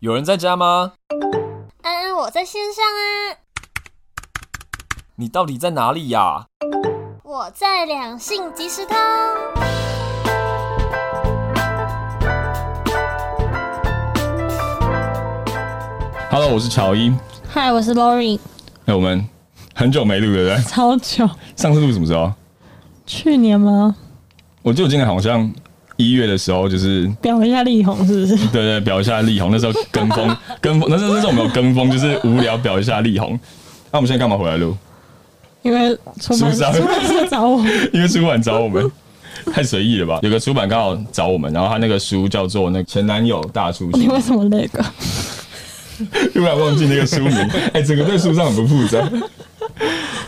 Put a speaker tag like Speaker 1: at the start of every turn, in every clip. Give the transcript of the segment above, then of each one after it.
Speaker 1: 有人在家吗？
Speaker 2: 安安，嗯我在线上啊，
Speaker 1: 你到底在哪里呀、
Speaker 2: 我在两性即时通。
Speaker 3: Hello，我是乔伊。
Speaker 2: 嗨，我是 Lori，
Speaker 3: 哎、我们很久没录了，对不对？
Speaker 4: 超久，
Speaker 3: 上次录什么时候？
Speaker 4: 去年吗？
Speaker 3: 我记得我今年好像一月的时候，就是
Speaker 4: 表一下力宏是不是？
Speaker 3: 对对，表一下力宏。那时候跟风，跟风，那时候那时候我们有跟风，就是无聊表一下力宏。那、我们现在干嘛回来录？
Speaker 4: 因为出版
Speaker 3: 是
Speaker 4: 出
Speaker 3: 不是啊
Speaker 4: 版社找我，
Speaker 3: 因为出版找我们，太随意了吧？有个出版刚好找我们，然后他那个书叫做《那前男友大出
Speaker 4: 你
Speaker 3: 血
Speaker 4: 为》，什么那个？
Speaker 3: 突然忘记那个书名，哎、整个对书上很不负责。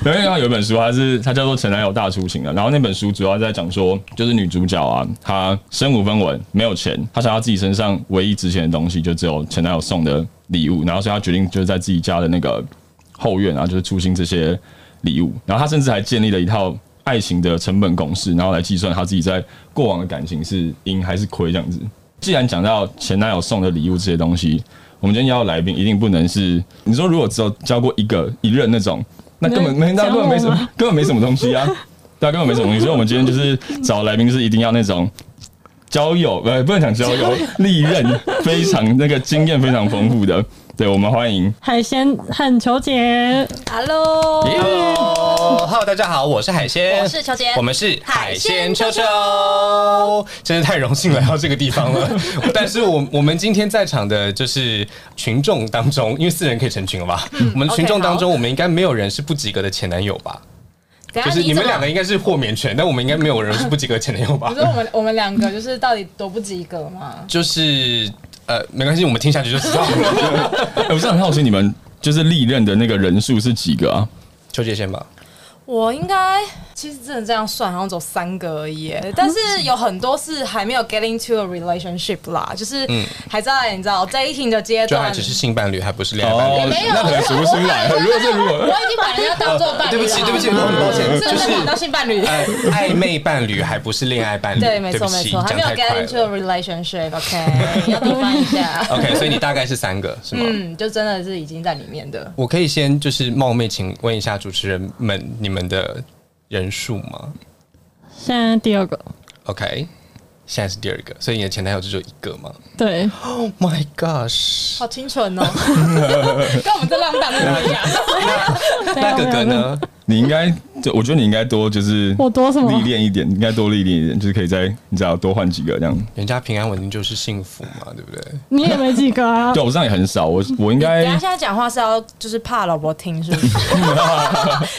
Speaker 3: 然后刚好有一本书，它是它叫做《前男友大出行》啊。然后那本书主要在讲说，就是女主角啊，她身无分文，没有钱，她想要自己身上唯一值钱的东西，就只有前男友送的礼物。然后所以她决定就是在自己家的那个后院啊，就是出清这些礼物。然后她甚至还建立了一套爱情的成本公式，然后来计算她自己在过往的感情是赢还是亏这样子。既然讲到前男友送的礼物这些东西，我们今天邀的来宾一定不能是你说，如果只有交过一个一任那种，那根本
Speaker 4: 那
Speaker 3: 没那
Speaker 4: 讲
Speaker 3: 根本没什
Speaker 4: 我
Speaker 3: 么
Speaker 4: 吗，
Speaker 3: 根本没什么东西啊，对啊，根本没什么东西。所以我们今天就是找来宾是一定要那种交友，呃，不能讲交友，历任非常那个经验非常丰富的。对，我们欢迎
Speaker 4: 海鲜和球姐，
Speaker 5: Hello，
Speaker 6: Hello，Hello，大家好，我是海鲜，
Speaker 5: 我是秋姐
Speaker 6: 我们是海鲜秋秋，真是太荣幸来到这个地 方了。但是我我们今天在场的就是群众当中，因为四人可以成群了吧？我们的群
Speaker 5: 嗯
Speaker 6: 众
Speaker 5: OK，
Speaker 6: 当中，
Speaker 5: 好
Speaker 6: 我们应该没有人是不及格的前男友吧？
Speaker 5: 等
Speaker 6: 就
Speaker 5: 下
Speaker 6: 是你
Speaker 5: 怎
Speaker 6: 们
Speaker 5: 么
Speaker 6: 两个应该是豁免权，但我们应该没有人是不及格的前男 友吧
Speaker 7: 你？说我们我们两个就是到底多不及格吗？
Speaker 6: 就是呃，没关系，我们听下去就知道 了。
Speaker 3: 哎我是很好奇你们就是历任的那个人数是几个啊？
Speaker 6: 秋姐先吧。
Speaker 5: 我应该其实真的这样算，好像只有三个而已
Speaker 7: 嗯
Speaker 5: 耶，但是有很多是还没有 get into a relationship 啦，就是还在你知道 dating 的阶
Speaker 6: 嗯就
Speaker 5: 段
Speaker 6: 还。只是性伴侣，还不是恋爱伴侣。
Speaker 5: 没
Speaker 3: 哦
Speaker 5: 有
Speaker 3: 那可能数不出来。如果是如
Speaker 7: 我
Speaker 3: 果
Speaker 7: 已经把人家当做伴侣了。
Speaker 6: 对不起，对不起，我很抱
Speaker 5: 真
Speaker 6: 歉，
Speaker 5: 的
Speaker 6: 就是
Speaker 5: 把当性伴侣，
Speaker 6: 呃，暧昧伴侣还不是恋爱伴侣，
Speaker 5: 对，没
Speaker 6: 不
Speaker 5: 错
Speaker 6: 起
Speaker 5: 没错，还
Speaker 6: 讲
Speaker 5: 没有
Speaker 6: 太
Speaker 5: get
Speaker 6: 快
Speaker 5: into a
Speaker 6: 了。
Speaker 5: relationship，OK，要 define 一 下。
Speaker 6: OK，所以你大概是三个是吗？
Speaker 5: 嗯，就真的是已经在里面的。
Speaker 6: 我可以先就是冒昧请问一下主持人们你们的人数吗
Speaker 4: 现在第二个，
Speaker 6: ？OK，现在是第二个，所以你的前男友就只有一个吗
Speaker 4: 对，
Speaker 6: ？Oh my gosh！
Speaker 5: 好清纯 哦，跟我们这浪荡的不一样。
Speaker 6: 那哥哥
Speaker 5: 哦
Speaker 6: 呢？
Speaker 3: 你应该，就我觉得你应该多就是
Speaker 4: 我多什么
Speaker 3: 历练一点，你应该多历练一点，就是可以在你知道多换几个这样。
Speaker 6: 人家平安稳定就是幸福嘛，对不对？
Speaker 4: 你也没几个啊
Speaker 3: 对，，我这样也很少，我我应
Speaker 5: 等
Speaker 3: 该
Speaker 5: 一下现在讲话是要就是怕老婆听是 不是？等一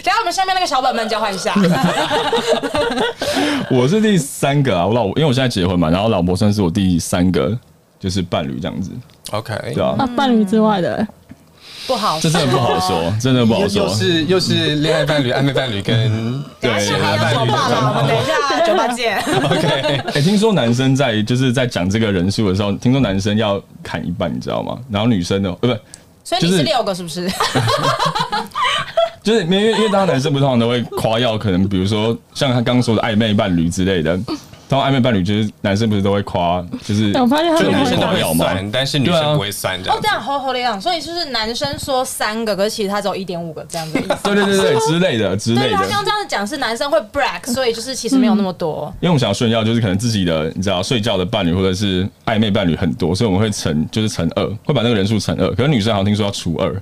Speaker 5: 下我们下面那个小本本交换一下。
Speaker 3: 我是第三个啊，我老因为我现在结婚嘛，然后老婆算是我第三个就是伴侣这样子，
Speaker 6: OK，
Speaker 3: 对啊，
Speaker 4: 啊，伴侣之外的，
Speaker 5: 不好，
Speaker 3: 这真的不好。说，真的不好
Speaker 6: 又
Speaker 3: 说嗯
Speaker 6: 又。是又是恋爱伴侣、暧昧伴侣跟
Speaker 3: 对
Speaker 5: 等一下
Speaker 6: 前
Speaker 5: 下
Speaker 6: 男
Speaker 5: 面要
Speaker 6: 友
Speaker 5: 说
Speaker 6: 伴
Speaker 5: 话
Speaker 6: 侣
Speaker 5: 了，我们
Speaker 6: 的状
Speaker 5: 等
Speaker 6: 况
Speaker 5: 一下酒吧见。
Speaker 6: OK，
Speaker 3: 哎、听说男生在就是在讲这个人数的时候，听说男生要砍一半，你知道吗？然后女生的呃不，
Speaker 5: 所以你是六个是不是？
Speaker 3: 就是因为因为因为当男生不是通常都会夸耀，可能比如说像他刚刚说的暧昧伴侣之类的，当暧昧伴侣就是男生不是都会夸，就是
Speaker 4: 哎我发现他
Speaker 3: 就
Speaker 6: 就
Speaker 4: 们
Speaker 3: 男
Speaker 6: 男
Speaker 4: 会
Speaker 3: 生
Speaker 6: 生都
Speaker 3: 夸
Speaker 6: 会
Speaker 3: 耀嘛，
Speaker 6: 算，但是女
Speaker 3: 对
Speaker 6: 生
Speaker 3: 啊
Speaker 6: 不会算这
Speaker 5: 哦
Speaker 6: 样，
Speaker 5: 这。样吼吼的样，所以就是男生说三个，可是其实他只有一点五个这样 子的意思。
Speaker 3: 对对对对之类的之类
Speaker 5: 对他啊
Speaker 3: 的
Speaker 5: 刚。刚这样子讲是男生会 brag，所以就是其实没有那么多。
Speaker 3: 因为我们想要炫耀，就是可能自己的你知道睡觉的伴侣或者是暧昧伴侣很多，所以我们会乘就是乘二，会把那个人数乘二。可是女生好像听说要除二，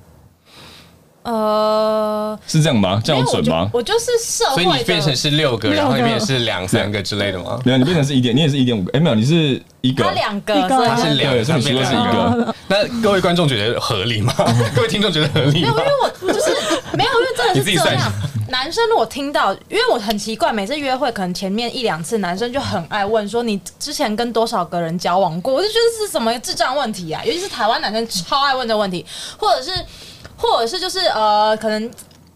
Speaker 5: 呃，
Speaker 3: 是这样吗？这
Speaker 5: 没
Speaker 3: 样
Speaker 5: 有
Speaker 3: 准吗？
Speaker 5: 我就我就是社
Speaker 6: 所以你
Speaker 5: 会
Speaker 6: 变成
Speaker 5: 的。
Speaker 6: 是六个，
Speaker 4: 六个
Speaker 6: 然后你变成是两三个之类的吗？
Speaker 3: 没有，你变成是一点，你也是一点五个。哎，没有，你是一个
Speaker 5: 他。两个，
Speaker 4: 一个
Speaker 5: 所以
Speaker 6: 他是两，
Speaker 3: 对所以你
Speaker 6: 他变
Speaker 3: 说是一
Speaker 6: 两
Speaker 3: 个。
Speaker 6: 那各位观众觉得合理 吗？各位听众觉得合理
Speaker 5: 没
Speaker 6: 吗
Speaker 5: 有，因？为我就是没有，因为真的
Speaker 6: 你
Speaker 5: 是
Speaker 6: 自
Speaker 5: 这
Speaker 6: 己算一下
Speaker 5: 样。男生如果听到，因为我很奇怪，每次约会可能前面一两次，男生就很爱问说你之前跟多少个人交往过，我就觉得是什么智障问题啊！尤其是台湾男生超爱问这个问题，或者是或者是就是呃，可能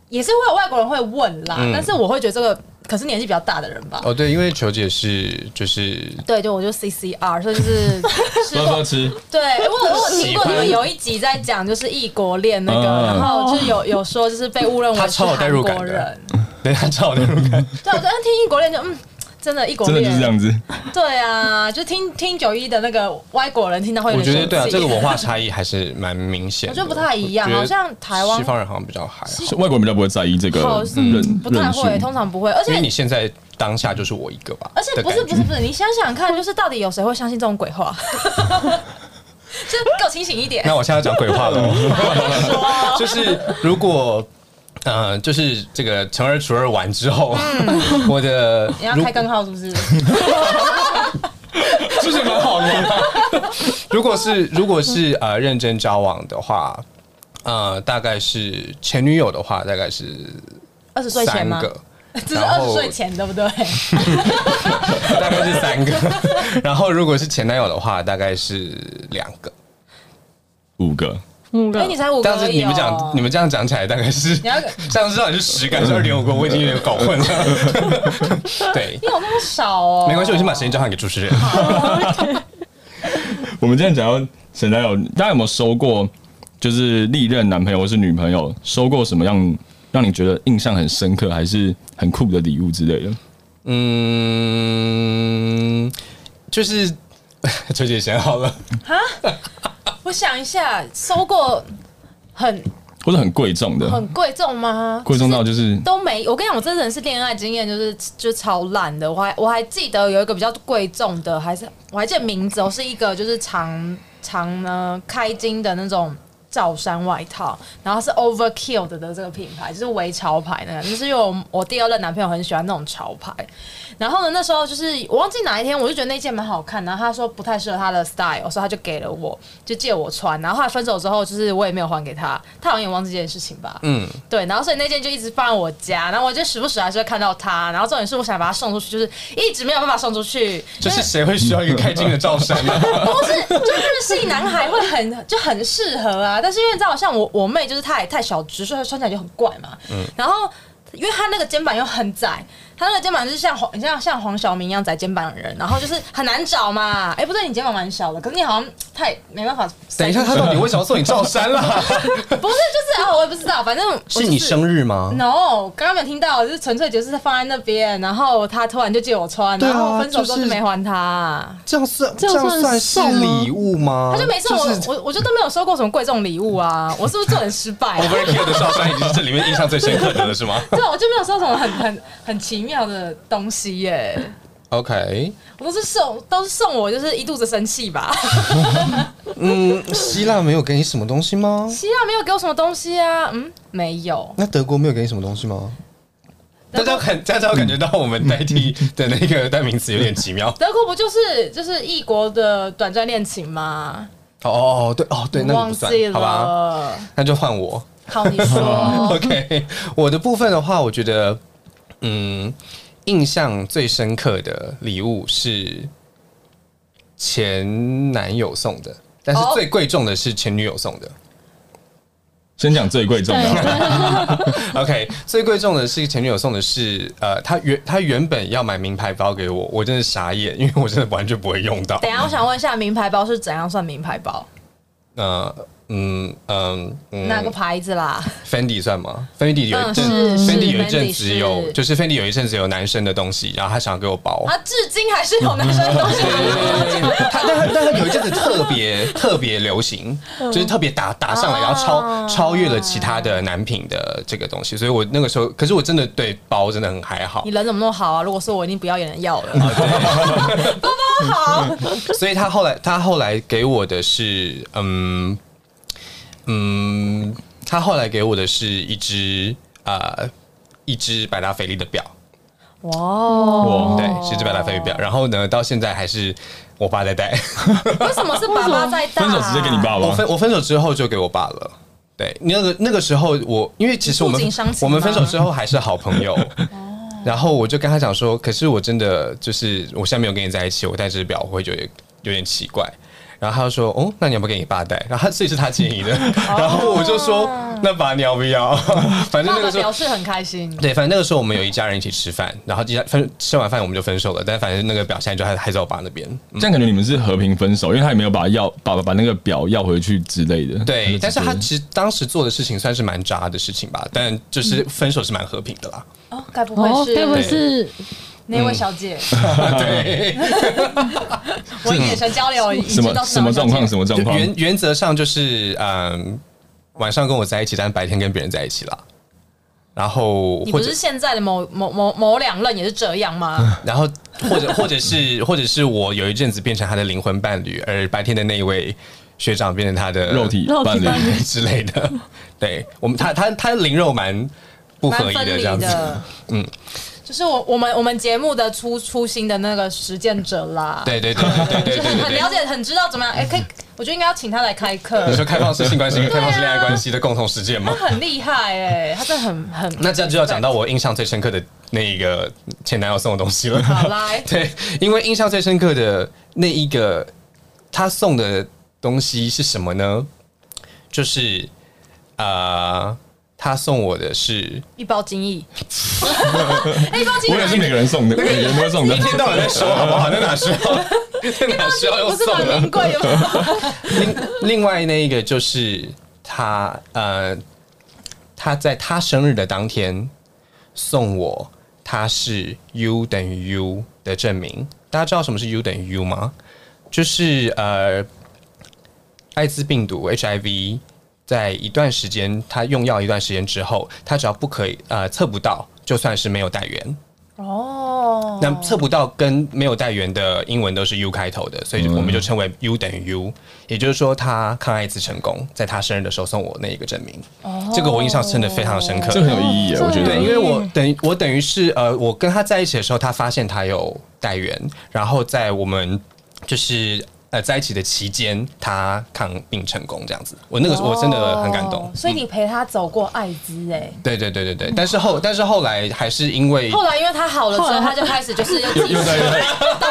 Speaker 5: 也是会有外国人会问啦，
Speaker 6: 嗯
Speaker 5: 但是我会觉得这个可是年纪比较大的人吧。
Speaker 6: 哦，对，因为球姐是 就是
Speaker 5: 对，就我就 C C R，所以就是吃
Speaker 3: 喝
Speaker 5: 过
Speaker 3: 喝吃，
Speaker 5: 对，我我有听
Speaker 6: 喜
Speaker 5: 过
Speaker 6: 欢
Speaker 5: 你们有一集在讲就是异国恋那个，
Speaker 3: 嗯
Speaker 5: 然后就是有有说就是被误认为
Speaker 6: 他
Speaker 5: 是
Speaker 6: 超有代
Speaker 5: 韩
Speaker 6: 入感
Speaker 5: 国
Speaker 6: 的
Speaker 5: 人，
Speaker 6: 对她超有代入感，
Speaker 5: 对，我昨天听异国恋就嗯。真的异国
Speaker 3: 真的
Speaker 5: 恋
Speaker 3: 就是这样子。
Speaker 5: 对啊，就听听九一的那个外国人听到会有
Speaker 6: 我
Speaker 5: 点
Speaker 6: 觉
Speaker 5: 生气。
Speaker 6: 得对啊，这个文化差异还是蛮明显的。
Speaker 5: 我觉得不太一样
Speaker 6: 我觉得
Speaker 5: 好像台湾
Speaker 6: 西方人好像比较还好，
Speaker 3: 是外国人比较不会在意这个
Speaker 5: 好
Speaker 3: 人
Speaker 5: 不太
Speaker 3: 人数
Speaker 5: 会，通常不会，而
Speaker 6: 嗯因
Speaker 5: 且
Speaker 6: 为你现在当下就是我一个吧，
Speaker 5: 而且不是不是不是，你想想看，就是到底有谁会相信这种鬼话？ 就是够清醒一点。
Speaker 6: 那我现在要讲鬼 话了， 就是如果。呃，就是这个乘二除二完之后， 我的
Speaker 5: 嗯你要
Speaker 6: 如
Speaker 5: 开根号是不是？
Speaker 6: 就是蛮好的嘛。如果是如果是呃认真交往的话，呃，大概是前女友的话，大概是
Speaker 5: 二十岁前
Speaker 6: 三
Speaker 5: 吗？
Speaker 6: 个，
Speaker 5: 这是
Speaker 6: 然
Speaker 5: 二
Speaker 6: 后
Speaker 5: 十岁前，对不对？
Speaker 6: 大概是三个。 然后如果是前男友的话，大概是两个。
Speaker 3: 五个，
Speaker 4: 五
Speaker 5: 哎，
Speaker 4: 个
Speaker 5: 你才五个
Speaker 6: 但
Speaker 5: 而
Speaker 6: 是
Speaker 5: 已哦。
Speaker 6: 你们讲，你们这样讲起来，大概是
Speaker 5: 要
Speaker 6: 上次到底是十个还是二点五个，我已经有点搞 混了。对，
Speaker 5: 你有那么少哦？
Speaker 6: 没关系，我先把时间交还给主持人。
Speaker 3: 我们今天讲到沈男友，大家有没有收过？就是历任男朋友或是女朋友收过什么样让你觉得印象很深刻，还是很酷的礼物之类的？
Speaker 6: 嗯，就是 秋姐先好了。
Speaker 5: 我想一下，收过很
Speaker 3: 或者很贵重的，
Speaker 5: 很贵重吗？
Speaker 3: 贵重到就是
Speaker 5: 都没，我跟你讲，我这人是恋爱经验，就是就超烂的。我还我还记得有一个比较贵重的，还是我还记得名字哦，是一个就是长长呢开襟的那种罩衫外套，然后是 Overkill 的这个品牌，就是微潮牌那个，就是因为我我第二任男朋友很喜欢那种潮牌，然后呢那时候就是我忘记哪一天，我就觉得那件蛮好看，然后他说不太适合他的 style，所以他就给了我，就借我穿，然后后来分手之后，就是我也没有还给他，他好像也忘记这件事情吧，
Speaker 6: 嗯，
Speaker 5: 对，然后所以那件就一直放在我家，然后我就时不时还是会看到它。然后重点是我想把它送出去，就是一直没有办法送出去，
Speaker 6: 就
Speaker 5: 就是是
Speaker 6: 谁会需要一个开襟的罩衫呢？
Speaker 5: 不是就日系男孩会很就很适合啊。但是因为你知道，像我我妹就是太太小只，所以她穿起来就很怪嘛。
Speaker 6: 嗯
Speaker 5: 然后因为她那个肩膀又很窄，她那个肩膀就是像黄你像像黄晓明一样窄肩膀的人，然后就是很难找嘛。哎，不对，你肩膀蛮小的，可是你好像太没办法。
Speaker 6: 等一下，他到底为什么要送你罩衫 啦？
Speaker 5: 不是就是啊，我也不知道，反正我就是
Speaker 6: 你生日吗？
Speaker 5: No，刚刚没有听到，就是纯粹就是放在那边，然后他突然就借我穿，
Speaker 6: 对啊
Speaker 5: 然后分手之后
Speaker 6: 就
Speaker 5: 就是没还他，
Speaker 6: 这样算
Speaker 4: 这样算送啊吗
Speaker 6: 物吗
Speaker 5: 他就没送我，我我就都没有收过什么贵重礼物 啊，我是不是做人失败、啊？
Speaker 6: Overkill 的罩衫已经是这里面印象最深刻的了，是吗
Speaker 5: 对啊，我就没有收什么很 很很奇妙的东西耶、
Speaker 6: ？OK，
Speaker 5: 我都是送都是送我就是一肚子生气吧。
Speaker 6: 嗯，希腊没有给你什么东西吗？
Speaker 5: 希腊没有给我什么东西啊，嗯，没有。
Speaker 6: 那德国没有给你什么东西吗？大
Speaker 5: 德国
Speaker 6: 家感大家有感觉到我们代替的那个代名词有点奇妙。
Speaker 5: 德国不就是就是异国的短暂恋情吗？
Speaker 6: 哦哦对哦对，那个
Speaker 5: 忘
Speaker 6: 不算
Speaker 5: 记，
Speaker 6: 好吧，
Speaker 5: 了。
Speaker 6: 那就换我。
Speaker 5: 好，你 说
Speaker 6: OK，我的部分的话，我觉得，嗯，印象最深刻的礼物是前男友送的，但是
Speaker 5: 哦
Speaker 6: 最贵重的是前女友送的。
Speaker 3: 先讲最贵重的，
Speaker 6: OK，最贵重的是前女友送的是，呃，她原她原本要买名牌包给我，我真的傻眼，因为我真的完全不会用到
Speaker 5: 等。一下，我想问一下，名牌包是怎样算名牌包？
Speaker 6: 呃，嗯嗯嗯，
Speaker 5: 哪个牌子啦？
Speaker 6: Fendi 算吗？Fendi 有一阵、
Speaker 5: 嗯是
Speaker 6: f e n
Speaker 5: 是
Speaker 6: d i 有一阵子
Speaker 5: Fendi
Speaker 6: 有，
Speaker 5: 是
Speaker 6: 就是 Fendi 有一阵子有男生的东西，然后他想要给我包。
Speaker 5: 啊，至今还是有男生的东西。
Speaker 6: 嗯他但他但他有一阵子特别特别流行，就是特别打打上来，然后超超越了其他的男品的这个东西，所以我那个时候，可是我真的对包真的很还好
Speaker 5: 你，人怎么那么好啊？如果是我，一定不要也能要了。包包好，
Speaker 6: 所以他后来他后来给我的是嗯嗯，他后来给我的是一只呃一只百达翡丽的表，
Speaker 5: 哇！
Speaker 6: 对，是一只百达翡丽表，然后呢，到现在还是我爸在戴。
Speaker 5: 为什么是爸爸在啊带？
Speaker 3: 分手直接给你。爸
Speaker 6: 我
Speaker 3: 爸。
Speaker 6: 分我分手之后就给我爸了。对，那个那个时候我因为其实我们
Speaker 5: 你触景伤情吗
Speaker 6: 我们分手之后还是好朋 友。哦然后我就跟他讲说，可是我真的就是我现在没有跟你在一起，我戴这只表我会觉得有点奇怪。然后他就说，哦，那你要不要给你爸戴？然后他所以是他 建议的。然后我就说，那爸你要不要？ 反正
Speaker 5: 爸
Speaker 6: 那
Speaker 5: 哦爸
Speaker 6: 个时候
Speaker 5: 表示很开心。
Speaker 6: 对，反正那个时候我们有一家人一起吃饭，然后一家分吃完饭我们就分手了。但反正那个表现在就还还在我爸那边。
Speaker 3: 这样感觉你们是和平分手，因为他也没有把要把把那个表要回去之类的。
Speaker 6: 对，但是他
Speaker 3: 直接
Speaker 6: 其实当时做的事情算是蛮渣的事情吧，但就是分手是蛮和平的啦。
Speaker 5: 哦，该不
Speaker 4: 哦
Speaker 5: 会，是？嗯
Speaker 4: 该不会是
Speaker 5: 那位小姐，
Speaker 6: 对，
Speaker 5: 我眼神交流已
Speaker 3: 什
Speaker 5: 经
Speaker 3: 么
Speaker 5: 到
Speaker 3: 什么状况？什
Speaker 5: 么
Speaker 3: 么状
Speaker 6: 就
Speaker 3: 况？
Speaker 6: 原原则上就是嗯，晚上跟我在一起，但白天跟别人在一起啦。然后
Speaker 5: 你不
Speaker 6: 或者
Speaker 5: 是现在的某某某某两任也是这样吗？
Speaker 6: 然后或者或者是或者是我有一阵子变成他的灵魂伴侣，而白天的那一位学长变成他的
Speaker 3: 肉体
Speaker 4: 肉体
Speaker 3: 伴侣
Speaker 4: 伴侣
Speaker 6: 之类的。对我们，他他他灵肉蛮不合
Speaker 5: 蛮
Speaker 6: 一
Speaker 5: 分
Speaker 6: 的这
Speaker 5: 离
Speaker 6: 样子。
Speaker 5: 的，嗯，就是我我们我们节目的初初心的那个实践者啦，
Speaker 6: 对对对对对对对
Speaker 5: 很
Speaker 6: 对
Speaker 5: 了。解，很知道怎么样。哎、可以，我觉得应该要请他来开 课
Speaker 6: 你，说开放式性关系跟开放式恋爱关系的共同实践吗
Speaker 5: 他？很厉害哎、他真的很很。
Speaker 6: 那这样就要讲到我印象最深刻的那一个前男友送的东西了。
Speaker 5: 好来，
Speaker 6: 对，因为印象最深刻的那一个他送的东西是什么呢？就是呃，他送我的 是
Speaker 5: 一包精液， 一包精
Speaker 3: 我也是
Speaker 5: 液
Speaker 3: 每个人送的，每个人都会送的
Speaker 6: 一。天到晚在说好不 好？那哪需要？那哪需要
Speaker 5: 不
Speaker 6: 用
Speaker 5: 是
Speaker 6: 送啊
Speaker 5: 蛮
Speaker 6: 的
Speaker 5: 名？贵的 吗？
Speaker 6: 另另外那一个就是他呃，他在他生日的当天送我他是 U 等于 U 的证明。大家知道什么是 U 等于 U 吗？就是呃，艾滋病毒 HIV 在一段时间，他用药一段时间之后，他只要不可以呃测不到，就算是没有带源。
Speaker 5: 哦，
Speaker 6: 那测不到跟没有带源的英文都是 U 开头的，所以我们就称为 U 等于 U，、也就是说他抗艾滋成功，在他生日的时候送我那一个证明，
Speaker 5: 哦
Speaker 6: 这个我印象真的非常深刻。
Speaker 3: 这很有意义耶，我觉
Speaker 5: 嗯
Speaker 6: 对，因
Speaker 3: 得。
Speaker 6: 为我等于我等于是呃，我跟他在一起的时候，他发现他有带源，然后在我们就是呃在一起的期间，他抗病成功这样子。我那个时候我真的很感动。嗯
Speaker 5: 哦所以你陪他走过艾滋哎，
Speaker 6: 对对对对对，但是后但是后来还是因为
Speaker 5: 后来因为他好了之
Speaker 4: 后
Speaker 5: 后，
Speaker 4: 来
Speaker 5: 他就开始就是又
Speaker 3: 又又在又在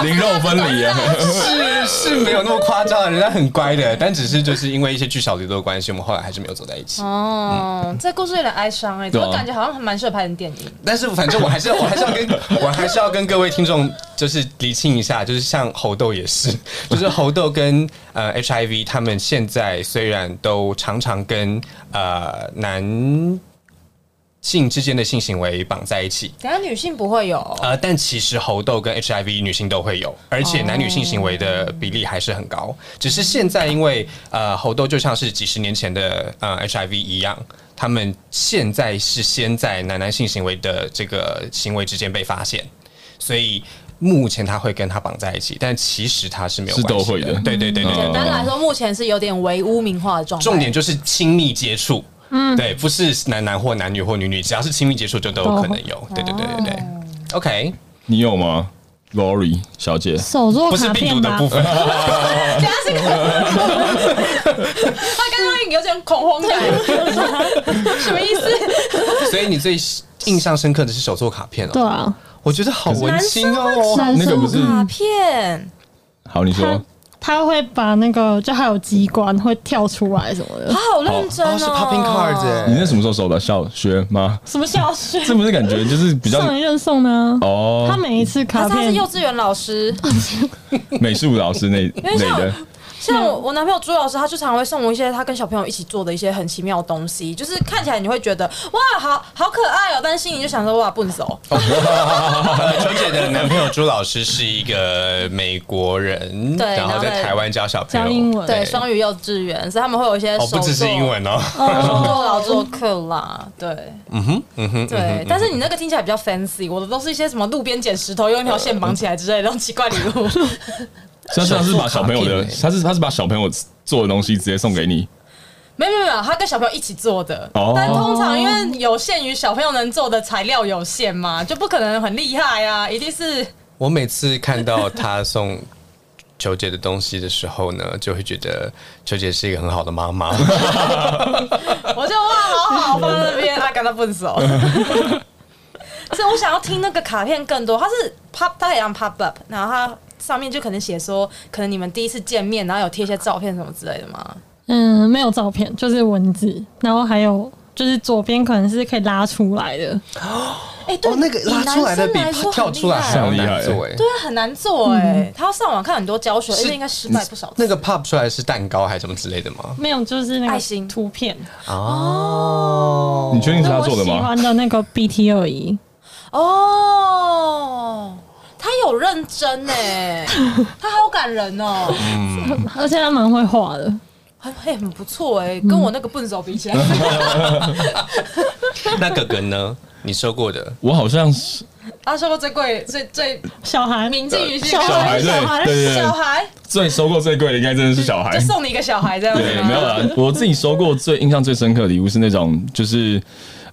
Speaker 3: 灵肉分离啊！
Speaker 6: 是是没有那么夸张的，人家很乖的，但只是就是因为一些聚少离多的关系，我们后来还是没有走在一嗯起。
Speaker 5: 哦，这故事有点哀伤哎，怎
Speaker 3: 对啊
Speaker 5: 么感觉好像还蛮适合拍成电影？
Speaker 6: 但是反正我还是我还是要跟 我还是要跟各位听众就是厘清一下，就是像猴豆也是， 就是猴豆跟呃 HIV 他们现在虽然都常常跟呃男性之间的性行为绑在一起，
Speaker 5: 等一下女性不会有，
Speaker 6: 呃，但其实猴痘跟 HIV 女性都会有，而且男女性行为的比例还是很高。只是现在因为呃猴痘就像是几十年前的呃 HIV 一样，他们现在是先在男男性行为的这个行为之间被发现，所以。目前他会跟他绑在一起，但其实他是没有
Speaker 3: 是
Speaker 6: 关系
Speaker 3: 都会的嗯
Speaker 6: 对对对对对
Speaker 5: 简单来说，目前是有点为污名化的状态。
Speaker 6: 重点就是亲密接触，嗯，对，不是男男或男女或女女，只要是亲密接触就都哦有可能有。对对对对对，OK，
Speaker 3: 你有吗，Lori 小姐？
Speaker 4: 手作
Speaker 6: 不是
Speaker 4: 卡
Speaker 6: 病毒
Speaker 4: 片啊
Speaker 6: 的
Speaker 4: 吧
Speaker 6: 部？ 分。
Speaker 5: 等一下是， 他刚刚有点恐 慌感，什么意思？
Speaker 6: 所以你最印象深刻的是手作卡片哦。
Speaker 4: 对，啊，
Speaker 6: 我觉得好文青哦。
Speaker 4: 男
Speaker 3: 那个不是
Speaker 4: 生
Speaker 5: 卡片
Speaker 3: 好，你说
Speaker 4: 他他会把那个就还有机关会跳出来什么的
Speaker 5: 他，啊好认真
Speaker 6: 哦，是 popping cards
Speaker 3: 你
Speaker 6: 哎，
Speaker 3: 那什么时候收的？小学吗？
Speaker 4: 什么小学
Speaker 3: 这不是感觉就是比较
Speaker 4: 上一任送呢？
Speaker 3: 哦
Speaker 4: 他，每一次
Speaker 5: 可
Speaker 4: 卡
Speaker 5: 是他
Speaker 4: 片
Speaker 5: 是幼稚园老师，
Speaker 3: 美术老师那
Speaker 5: 为
Speaker 3: 类
Speaker 5: 像
Speaker 3: 的，
Speaker 4: 嗯
Speaker 5: 像我我男朋友朱老师，他就常会送我一些他跟小朋友一起做的一些很奇妙的东西，就是看起来你会觉得哇，好好可爱哦，但是心里就想说哇，笨手，
Speaker 6: 呃球姐的男朋友朱老师是一个美国人，
Speaker 5: 对
Speaker 6: 然后
Speaker 5: 然后
Speaker 6: 在
Speaker 5: 在
Speaker 6: 台湾教小朋友
Speaker 4: 教英文
Speaker 5: 对，双语幼稚园，所以他们会有一些
Speaker 6: 哦，
Speaker 5: 手
Speaker 6: 不只是
Speaker 5: 作
Speaker 6: 英文哦，
Speaker 5: 手作劳作课啦，对，嗯哼，嗯哼，对。但是你那个听起来比较 fancy，我的都是一些什么路边捡石头，用一条线绑起来之类的，那种奇怪礼物。
Speaker 3: 所以他是把小朋友
Speaker 6: 手
Speaker 3: 的
Speaker 6: 作卡片，欸
Speaker 3: 他是他是把小朋友做的东西直接送给你，
Speaker 5: 没有没有没有，他跟小朋友一起做的。
Speaker 3: 哦
Speaker 5: 但通常因为有限于小朋友能做的材料有限嘛，就不可能很厉害啊，一定是
Speaker 6: 我每次看到他送球姐的东西的时候呢，就会觉得球姐是一个很好的妈妈。
Speaker 5: 我就哇好好放在那边，啊，跟他分手。 所以我想要听那个卡片更多，它是 pop，它也让 pop up，然后它上面就可能写说，可能你们第一次见面，然后有贴一些照片什么之类的嘛。
Speaker 4: 嗯没有照片，就是文字，然后还有就是左边可能是可以拉出来的，
Speaker 5: 哎、对，
Speaker 6: 哦，那个拉出来的比
Speaker 5: 哎以男生来说
Speaker 6: 跳出来还要
Speaker 3: 很厉害
Speaker 6: 难做哎。
Speaker 5: 对啊，很难做哎、他要上网看很多教学，而且应该失败不少次。
Speaker 6: 那个 pop 出来是蛋糕还是什么之类的吗？
Speaker 4: 没有就是那
Speaker 5: 爱
Speaker 4: 个
Speaker 5: 心
Speaker 4: 图片，
Speaker 6: 哦
Speaker 3: 你确定是
Speaker 5: 哦
Speaker 4: 那
Speaker 3: 他
Speaker 4: 我
Speaker 3: 做的
Speaker 4: 喜
Speaker 3: 吗？
Speaker 4: E，欢的那个 BT 二一，
Speaker 5: 哦，他有认真哎，他好感人哦，
Speaker 4: 而且他蛮会画的。
Speaker 5: 很嘿很不错哎，跟我那个笨手比起来，
Speaker 6: 那哥哥呢？你收过的
Speaker 3: 我好像是
Speaker 5: 他收过最贵最最
Speaker 4: 小孩，
Speaker 5: 铭记于心
Speaker 4: 小。
Speaker 3: 小孩，
Speaker 4: 小孩
Speaker 3: 对对对
Speaker 5: 小孩
Speaker 3: 最收过最贵的应该真的是小孩
Speaker 5: 就。送你一个小孩这样子
Speaker 3: 对，
Speaker 5: 吗
Speaker 3: 没有啦，我自己收过最印象最深刻的礼物是那种就是。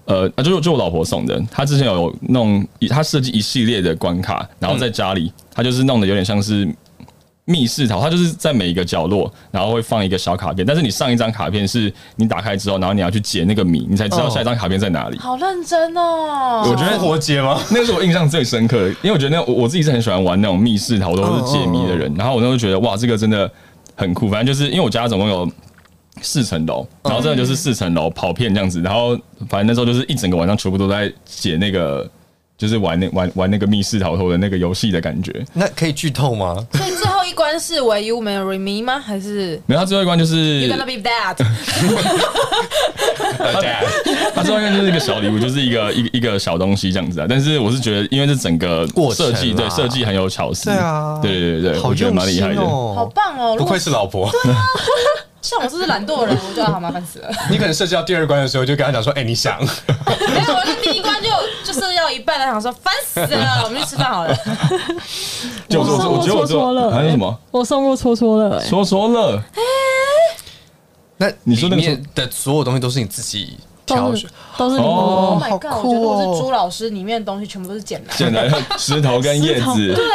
Speaker 3: 呃，啊，就是就我老婆送的，她之前有弄，她设计一系列的关卡，然后在家里，她就是弄的有点像是密室逃，它就是在每一个角落，然后会放一个小卡片，但是你上一张卡片是你打开之后，然后你要去解那个谜，你才知道
Speaker 6: 哦
Speaker 3: 下一张卡片在哪里。
Speaker 5: 好认真哦。
Speaker 3: 我觉得
Speaker 6: 活节吗？
Speaker 3: 那是我印象最深刻的，因为我觉得那我我自己是很喜欢玩那种密室逃脱或
Speaker 6: 哦
Speaker 3: 是解谜的人，然后我那时候觉得哇，这个真的很酷。反正就是因为我家总共有四层楼，然后真的
Speaker 6: 嗯
Speaker 3: 就是四层楼跑遍这样子，然后反正那时候就是一整个晚上全部都在解那个。就是玩那玩玩那个密室逃脱的那个游戏的感觉，
Speaker 6: 那可以剧透 吗？
Speaker 5: 所以最后一关是 Will you marry me 吗？还是
Speaker 3: 没有，他最后一关就是哦
Speaker 5: You gonna be that？
Speaker 3: 他最后应该就是一个小礼物，就是一个一个一个小东西这样子啊。但是我是觉得，因为这整个
Speaker 6: 过程
Speaker 3: 设
Speaker 6: 啦
Speaker 3: 计对设计很有巧思，
Speaker 6: 对啊
Speaker 3: 对对对对，
Speaker 6: 好
Speaker 3: 我觉得
Speaker 6: 用
Speaker 3: 蛮厉
Speaker 6: 心
Speaker 3: 害的。
Speaker 6: 哦，
Speaker 5: 好棒哦！
Speaker 6: 不
Speaker 5: 如果
Speaker 6: 愧是老婆。
Speaker 5: 像我这是懒惰 的人，我觉得好麻烦死了。
Speaker 6: 你可能设计到第二关的时候，就跟他讲说：“哎、你想
Speaker 5: 没有，我是第一关就就是要一半了，想说烦死了，我们去吃饭好了。
Speaker 3: 就
Speaker 4: 我送过戳戳乐，
Speaker 3: 还有什么？
Speaker 4: 我送过戳戳乐，哎，
Speaker 3: 戳戳乐，
Speaker 6: 那
Speaker 3: 你说那个
Speaker 6: 里面的所有东西都是你自己挑
Speaker 4: 都是，
Speaker 6: 选
Speaker 4: 都是你
Speaker 3: 哦
Speaker 5: Oh my
Speaker 6: 好
Speaker 5: god！
Speaker 6: 酷
Speaker 5: 我觉得我
Speaker 6: 哦
Speaker 5: 是朱老师里面的东西全部都是捡来的。
Speaker 3: 简单石头跟 叶子，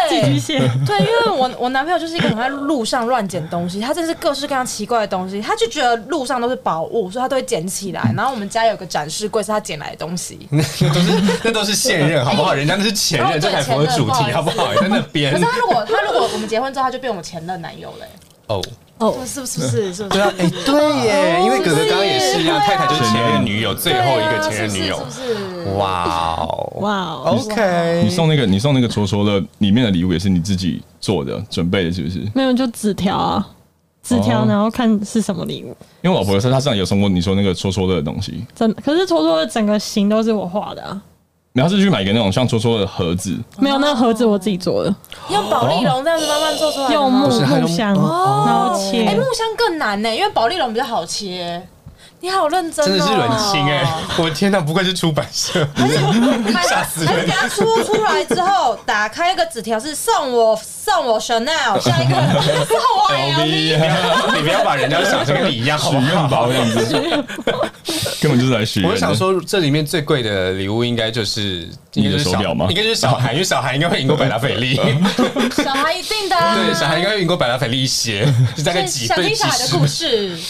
Speaker 4: 寄
Speaker 5: 对
Speaker 4: 居蟹。
Speaker 5: 对，因为我我男朋友就是一个很爱路上乱捡东西，他真是各式各样奇怪的东西，他就觉得路上都是宝物，所以他都会捡起来。然后我们家有个展示柜是他捡来的东 西，
Speaker 6: 那都是那都是现任，好不好？人家那是前
Speaker 5: 哦
Speaker 6: 任，
Speaker 5: 对
Speaker 6: 这才符合主
Speaker 5: 哎前
Speaker 6: 题，
Speaker 5: 任
Speaker 6: 好不好？在那边
Speaker 5: 可是他如果他如果我们结婚之后，他就变我前任男友 了、
Speaker 6: 哦，
Speaker 4: 哦，
Speaker 5: 是不是不是哦是不是？
Speaker 6: 对啊，哎、对耶，因为哥哥刚刚也是一样，太太就是前任女友，最后一个前任女友
Speaker 5: 啊是，不是是不是？
Speaker 6: 哇哦
Speaker 4: 哇哦，
Speaker 6: ，OK，
Speaker 3: 你送那个你送那个戳戳乐里面的礼物也是你自己做的准备的，是不是？
Speaker 4: 没有就纸条啊，纸条，
Speaker 3: 哦
Speaker 4: 然后看是什么礼物。
Speaker 3: 因为我老婆说她上有送过你说那个戳戳乐的东西，
Speaker 4: 真的，可是戳戳的整个形都是我画的啊，
Speaker 3: 然后是去买一个那种像戳戳的盒子，
Speaker 4: 没有那个盒子我自己做的，
Speaker 5: 用宝丽龙这样子慢慢做出来的吗，
Speaker 4: 用木
Speaker 6: 是还有
Speaker 4: 木箱，然后切
Speaker 5: 哎、。木箱更难呢、因为宝丽龙比较好切。你好认真、哦，
Speaker 6: 真的是冷清哎、 我天哪，不愧是出版 社，吓死
Speaker 5: 而且
Speaker 6: 人！
Speaker 5: 他出出来之后，打开那个纸条是送我送我 Chanel，下一个 送 我 LV，
Speaker 6: 你不要把人家想成跟你一样，好
Speaker 3: 许
Speaker 6: 不
Speaker 3: 愿
Speaker 6: 好？
Speaker 3: 宝这样 子，根本就是来许愿的。
Speaker 6: 我想说，这里面最贵的礼物应该就是
Speaker 3: 你的手表吗
Speaker 6: 应该就是小孩，因为小孩应该会赢过百达翡丽，
Speaker 5: 小孩一定的、啊，
Speaker 6: 对，小孩应该会赢过百达翡丽一些，就大概几
Speaker 5: 想
Speaker 6: 对
Speaker 5: 听
Speaker 6: 几
Speaker 5: 小孩的故
Speaker 6: 十，
Speaker 5: 事，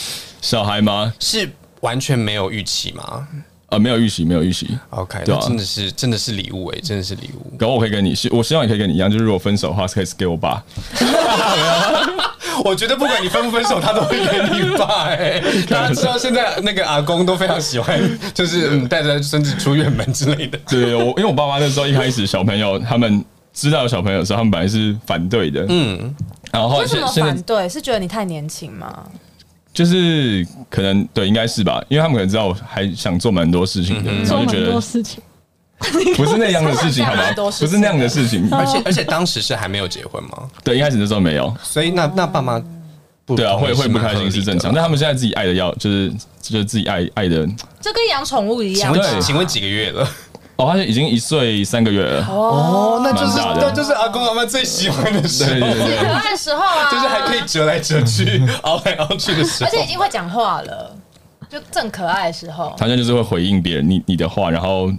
Speaker 3: 小孩吗？
Speaker 6: 是完全没有预期吗
Speaker 3: 呃，没有预习，没有预习。
Speaker 6: ？OK，
Speaker 3: 对
Speaker 6: 那
Speaker 3: 啊
Speaker 6: 真的是真的是礼物哎、真的是礼 物。
Speaker 3: 然后我可以跟你，是我希望也可以跟你一样，就是如果分手的话，可以给我爸，
Speaker 6: 我觉得不管你分不分手，他都会给你爸哎、大家知道现在那个阿公都非常喜欢，就是嗯带着孙子出远门之类的。
Speaker 3: 对我，因为我爸妈那时候一开始小朋友他们知道有小朋友的时候，他们本来是反对的，嗯，然后
Speaker 6: 哦
Speaker 3: 后来
Speaker 5: 为什
Speaker 3: 现
Speaker 5: 么
Speaker 3: 现在
Speaker 5: 反对？是觉得你太年轻吗？
Speaker 3: 就是可能对，应该是吧，因为他们可能知道我还想做蛮多事情的，然
Speaker 4: 做
Speaker 3: 后就觉
Speaker 4: 蛮
Speaker 3: 得
Speaker 4: 多事情，
Speaker 3: 不是那样的事情，
Speaker 5: 做
Speaker 3: 好吗
Speaker 5: 蛮多？事
Speaker 3: 不
Speaker 5: 情
Speaker 3: 是那样的事情，
Speaker 6: 而且而且当时是还没有结婚吗？
Speaker 3: 对，一开始那时候没有，
Speaker 6: 所以那那爸妈不
Speaker 3: 对啊，会会不开心是正常，但他
Speaker 6: 们
Speaker 3: 们现在自己爱的要就是就是自己爱爱的，
Speaker 5: 这跟养宠物一
Speaker 6: 请
Speaker 5: 样，
Speaker 3: 对
Speaker 6: 问请问几个月了？
Speaker 3: 哦，他现在已经一岁三个月了，
Speaker 6: 哦，那就是
Speaker 3: 蛮大的
Speaker 6: 那就是阿公阿妈最喜欢的时
Speaker 3: 对对
Speaker 6: 候，
Speaker 3: 对
Speaker 5: 可
Speaker 3: 对，
Speaker 5: 爱的时候啊，
Speaker 6: 就是还可以折来折去、 熬来熬去的时候
Speaker 5: 而。且已经会讲话了，就正可爱的时候。
Speaker 3: 他现在就是会回应别人你你的话，然后。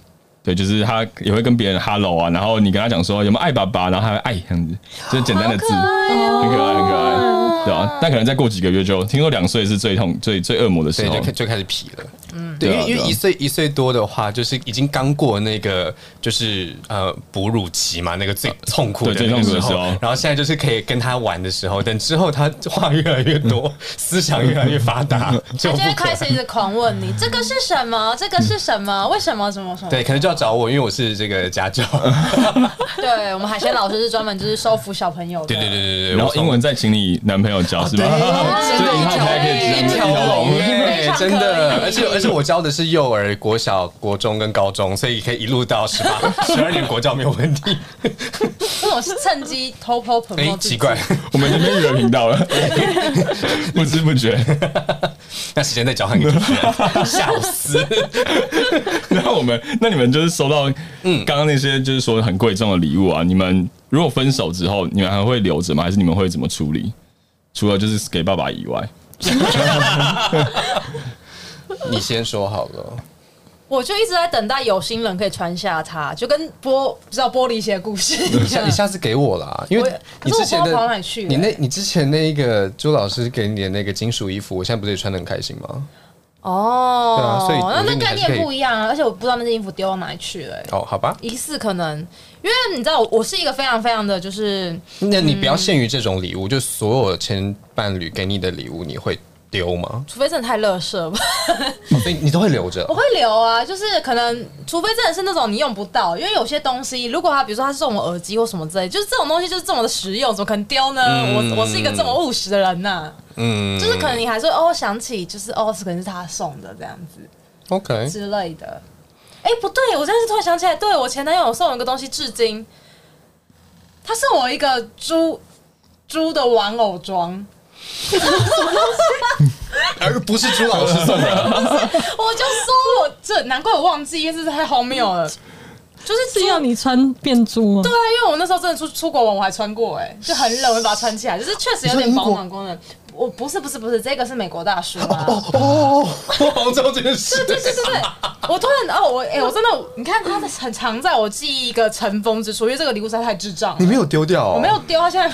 Speaker 3: 对，就是他也会跟别人 hello 啊，然后你跟他讲说有没有爱爸爸，然后他会爱这样子，就是简单的字，很
Speaker 4: 哦
Speaker 3: 可爱，很可爱，对啊？但可能再过几个月就听说两岁是最痛、最最恶魔的时
Speaker 6: 对，
Speaker 3: 候
Speaker 6: 就，开就开始皮了。嗯，对，因
Speaker 3: 对啊
Speaker 6: 为因为
Speaker 3: 对啊
Speaker 6: 一岁一岁多的话，就是已经刚过那个就是呃哺乳期嘛，那个最痛苦的
Speaker 3: 对最
Speaker 6: 那
Speaker 3: 痛
Speaker 6: 个
Speaker 3: 苦
Speaker 6: 时
Speaker 3: 的时
Speaker 6: 候
Speaker 3: 候。
Speaker 6: 然后现在就是可以跟他玩的时候，等之后他话越来越 多，思想越来越发 达，
Speaker 5: 他就
Speaker 6: 就不
Speaker 5: 会
Speaker 6: 可
Speaker 5: 开始一直狂问你这个是什么，这个是什么，为什么什么什么？
Speaker 6: 对，可能就要找我，因为我是这个 家教。
Speaker 5: 对我们海鲜老师是专门就是收服小朋友的。
Speaker 6: 对对对对对，
Speaker 3: 然后
Speaker 6: 我啊
Speaker 3: 英文再请你男朋友教是吧？
Speaker 6: 对
Speaker 3: 所以以后才可以
Speaker 6: 一
Speaker 3: 这样一
Speaker 6: 条
Speaker 3: 条
Speaker 6: 龙
Speaker 3: 龙。
Speaker 6: 耶，
Speaker 5: 非常可以
Speaker 6: 真的，而且而且我教的是幼儿、国 小、国中跟高中，所以可以一路到十八、十二年国教没有问题。
Speaker 5: 为什我是趁机偷偷捧。
Speaker 6: 哎、奇 怪，，
Speaker 3: 我们已经变育儿频道 了，不知不觉。
Speaker 6: 那时间再交换给主持人，笑死。
Speaker 3: 那我们，那你们就是收到，嗯，刚刚那些就是说很贵重的礼物啊，你们如果分手之后，你们还会留着吗？还是你们会怎么处理？除了就是给爸爸以外，
Speaker 6: 你先说好了，
Speaker 5: 我就一直在等待有心人可以穿下它，就跟玻不知道玻璃鞋的故事
Speaker 6: 你
Speaker 5: 一
Speaker 6: 下
Speaker 5: 样
Speaker 6: 你。下次给我啦，因
Speaker 5: 我
Speaker 6: 为
Speaker 5: 也
Speaker 6: 你之前
Speaker 5: 可是我不知道跑哪
Speaker 6: 的
Speaker 5: 里去了
Speaker 6: 你那你之前那一个朱老师给你的那个金属衣服，我现在不是也穿的很开心吗？
Speaker 5: 哦，
Speaker 6: 对啊所以我
Speaker 5: 那
Speaker 6: 觉得
Speaker 5: 那
Speaker 6: 你
Speaker 5: 概
Speaker 6: 还是可以
Speaker 5: 念不一样啊，而且我不知道那件衣服丢到哪里去了、欸
Speaker 6: 哦，好吧，
Speaker 5: 疑似可能，因为你知道我我是一个非常非常的就是
Speaker 6: 那你不要限于这种礼物，就所有前伴侣给你的礼物，你会丢吗？
Speaker 5: 除非真的太乐色吧，
Speaker 6: 哦所以你都会留着
Speaker 5: 我。会留啊， 就是可能，除非真的是那种你用不到，因为有些东西，如果他比如说他送我耳机或什么之类，就是这种东西就是这么的实用，怎么可能丢呢？我我是一个这么务实的人呐、
Speaker 6: 嗯
Speaker 5: 就是可能你还是会哦想起，就是哦可能是他送的这样子
Speaker 6: OK，
Speaker 5: 之类的。哎、不对，我真的是突然想起来，对我前男友送我一个东西，至今他送我一个猪猪的玩偶装。
Speaker 6: 而不是朱老师送 的。
Speaker 5: 我就说我这难怪我忘记，因为这太荒谬了。就是
Speaker 4: 是要你穿变猪吗？
Speaker 5: 对啊，因为我那时候真的出出国玩，我还穿过、哎，就很冷，我就把它穿起来，就是确实有点保暖功能。我不是不是不是，这个是美国大叔啊！
Speaker 6: 哦，我好像知道这件事。
Speaker 5: 对对对对，我突然哦，我哎、我真的，你看它很藏在我记忆一个尘封之处，因为这个礼物实在太智障
Speaker 6: 你
Speaker 5: 了。
Speaker 6: 没有丢掉、哦？
Speaker 5: 我没有，丢，它现在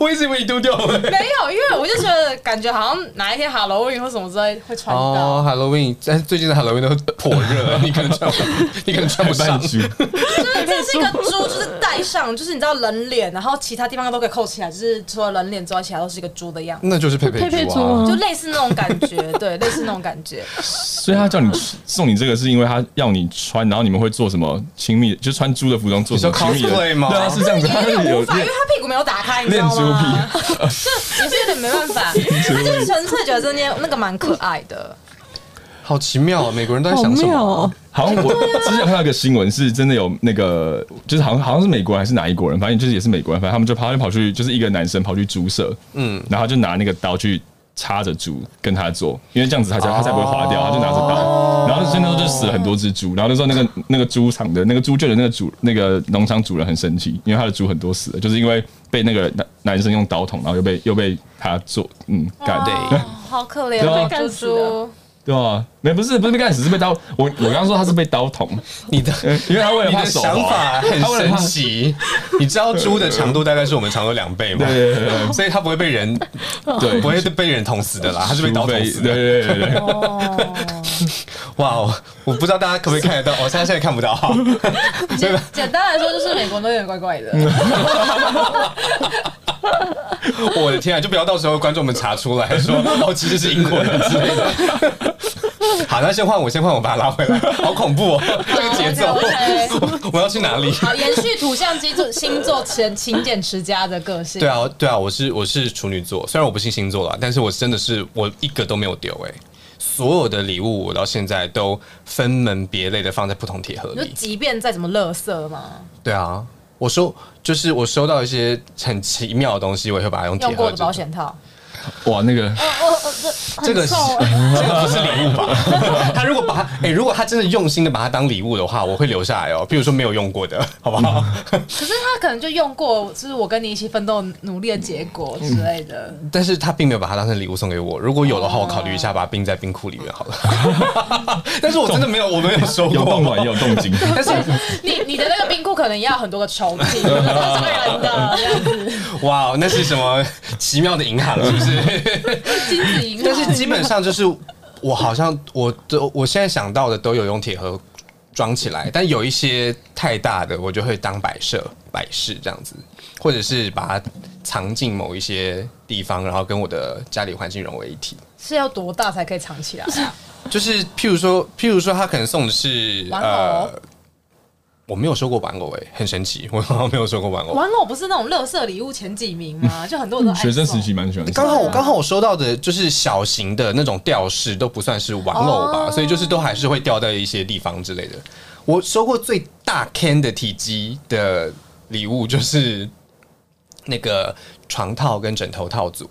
Speaker 6: 我一直以为你丢掉了。
Speaker 5: 没有，因为我就觉得感觉好像哪一天 Halloween 或什么之类会穿到。
Speaker 6: 哦、h a l l o w e e n 但是最近的 Halloween 都颇热，你可能穿 不，你可能穿不
Speaker 3: 半
Speaker 6: 上。
Speaker 3: 句，
Speaker 5: 就是这是一个猪，就是戴上，就是你知道人脸，然后其他地方都可以扣起来，就是除了人脸之外，其他都是一个猪的样子，
Speaker 6: 那就是佩
Speaker 4: 佩佩
Speaker 6: 猪
Speaker 4: 猪
Speaker 6: 啊
Speaker 4: 啊，
Speaker 5: 就类似那种感觉，对，类似那种感 觉。
Speaker 3: 所以他叫你送你这个，是因为他要你穿，然后你们会做什么亲密？就穿猪的服装做什么亲密
Speaker 6: 你说 cosplay
Speaker 3: 的？
Speaker 6: 吗
Speaker 3: 对啊，是这样子，他
Speaker 5: 有
Speaker 3: 是
Speaker 5: 点
Speaker 3: 有
Speaker 5: 无法，因
Speaker 3: 练
Speaker 5: 为他屁股没有打开，你知
Speaker 3: 练
Speaker 5: 道
Speaker 3: 猪
Speaker 5: 吗？
Speaker 3: 皮，
Speaker 5: 就也是有点没办 法，他就是纯粹觉得这件那个蛮可爱的。
Speaker 6: 好奇妙、啊，美国人都在
Speaker 4: 好
Speaker 6: 想什么
Speaker 4: 妙
Speaker 6: 啊、
Speaker 4: 哦！
Speaker 3: 好像我之前看到一个新闻，是真的有那个，就是好像好像是美国人还是哪一国人，反正就是也是美国人，反正他们就跑就跑去，就是一个男生跑去猪舍，嗯，然后就拿那个刀去插着猪跟他做，因为这样子他才他才不会划掉，他就拿着
Speaker 6: 哦
Speaker 3: 刀，然后所以那时候就死了很多只猪，然后那时候那个那个猪场的那个猪圈的那个主那个农场主人很生气，因为他的猪很多死了，就是因为被那个男男生用刀捅，然后又被又被他做嗯干
Speaker 6: 对
Speaker 5: 哦好可怜
Speaker 3: 对啊
Speaker 5: 哦，猪猪。
Speaker 3: 对吧？没不是不是被干死，是被刀，我我刚刚说他是被刀捅，
Speaker 6: 你的
Speaker 3: 因为他为了
Speaker 6: 你
Speaker 3: 怕
Speaker 6: 的
Speaker 3: 手
Speaker 6: 想
Speaker 3: 滑。
Speaker 6: 法很神奇。你知道猪的长度大概是我们长度两倍吗？
Speaker 3: 对对对
Speaker 6: 所以它不会被人
Speaker 3: 对，
Speaker 6: 不会被人捅死啊的啦，它是被刀捅死
Speaker 3: 对
Speaker 6: 的。
Speaker 3: 对对对 对，
Speaker 6: 哇哦，我不知道大家可不可以看得到，我现 在现在看不到。真的，
Speaker 5: 简单来说，就是美国人都有点怪怪的。
Speaker 6: 我的天啊！就不要到时候观众们查出来说哦，其实是英国人之类的。 好，那先换我，先换我，把它拉回来。好恐怖哦，这个节奏
Speaker 5: OK，OK。
Speaker 6: 我要去哪 里？
Speaker 5: 好，延续土象星座星座勤勤俭持家的个性。
Speaker 6: 对啊，对啊，我是我是处女座，虽然我不信星座啦，但是我真的是我一个都没有丢哎、所有的礼物我到现在都分门别类的放在不同铁盒
Speaker 5: 你
Speaker 6: 里
Speaker 3: 嗯
Speaker 5: 说。即便再怎么垃圾嘛，
Speaker 6: 对啊，我收就是我收到一些很奇妙的东西，我也会把它用铁
Speaker 5: 用过
Speaker 6: 盒
Speaker 5: 的
Speaker 6: 装。
Speaker 5: 保险套，
Speaker 3: 哇，那个
Speaker 6: 这个是这个不是 礼物吧？ 他如果把它哎、如果他真的用心的把它当礼物的话，我会留下来哦。比如说没有用过的， 好不好？
Speaker 5: 可是他可能就用过，就是我跟你一起奋斗努力的结果之类的。
Speaker 3: 嗯
Speaker 6: 但是他并没有把它当成礼物送给我。如果有的话，我考虑一下把它冰在冰库里面好了。 但是我真的没有，我没有收过。
Speaker 3: 有动卵也有动静，
Speaker 6: 但是
Speaker 5: 你你的那个冰库可能要很多个抽屉， 这是当然的，这样子
Speaker 6: 哇，那是什么奇妙的银行是不是？
Speaker 5: 金子银
Speaker 6: 但是基本上就是我好像我都我现在想到的都有用铁盒装起来，但有一些太大的我就会当摆设摆饰这样子，或者是把它藏进某一些地方，然后跟我的家里环境融为一体。
Speaker 5: 是要多大才可以藏起来啊？
Speaker 6: 就是譬如说，譬如说他可能送的是呃
Speaker 5: 玩偶，
Speaker 6: 我没有收过玩偶诶、很神奇，我好像没有收过玩偶。
Speaker 5: 玩偶不是那种乐色礼物前几名 吗？就很多人都爱
Speaker 3: 学生时
Speaker 5: 送
Speaker 3: 期蛮喜欢。
Speaker 6: 刚好刚好我收到的就是小型的那种吊饰，都不算是玩偶吧，所以就是都还是会掉在一些地方之类的。我收过最大 can 的体积的礼物就是那个床套跟枕头套组，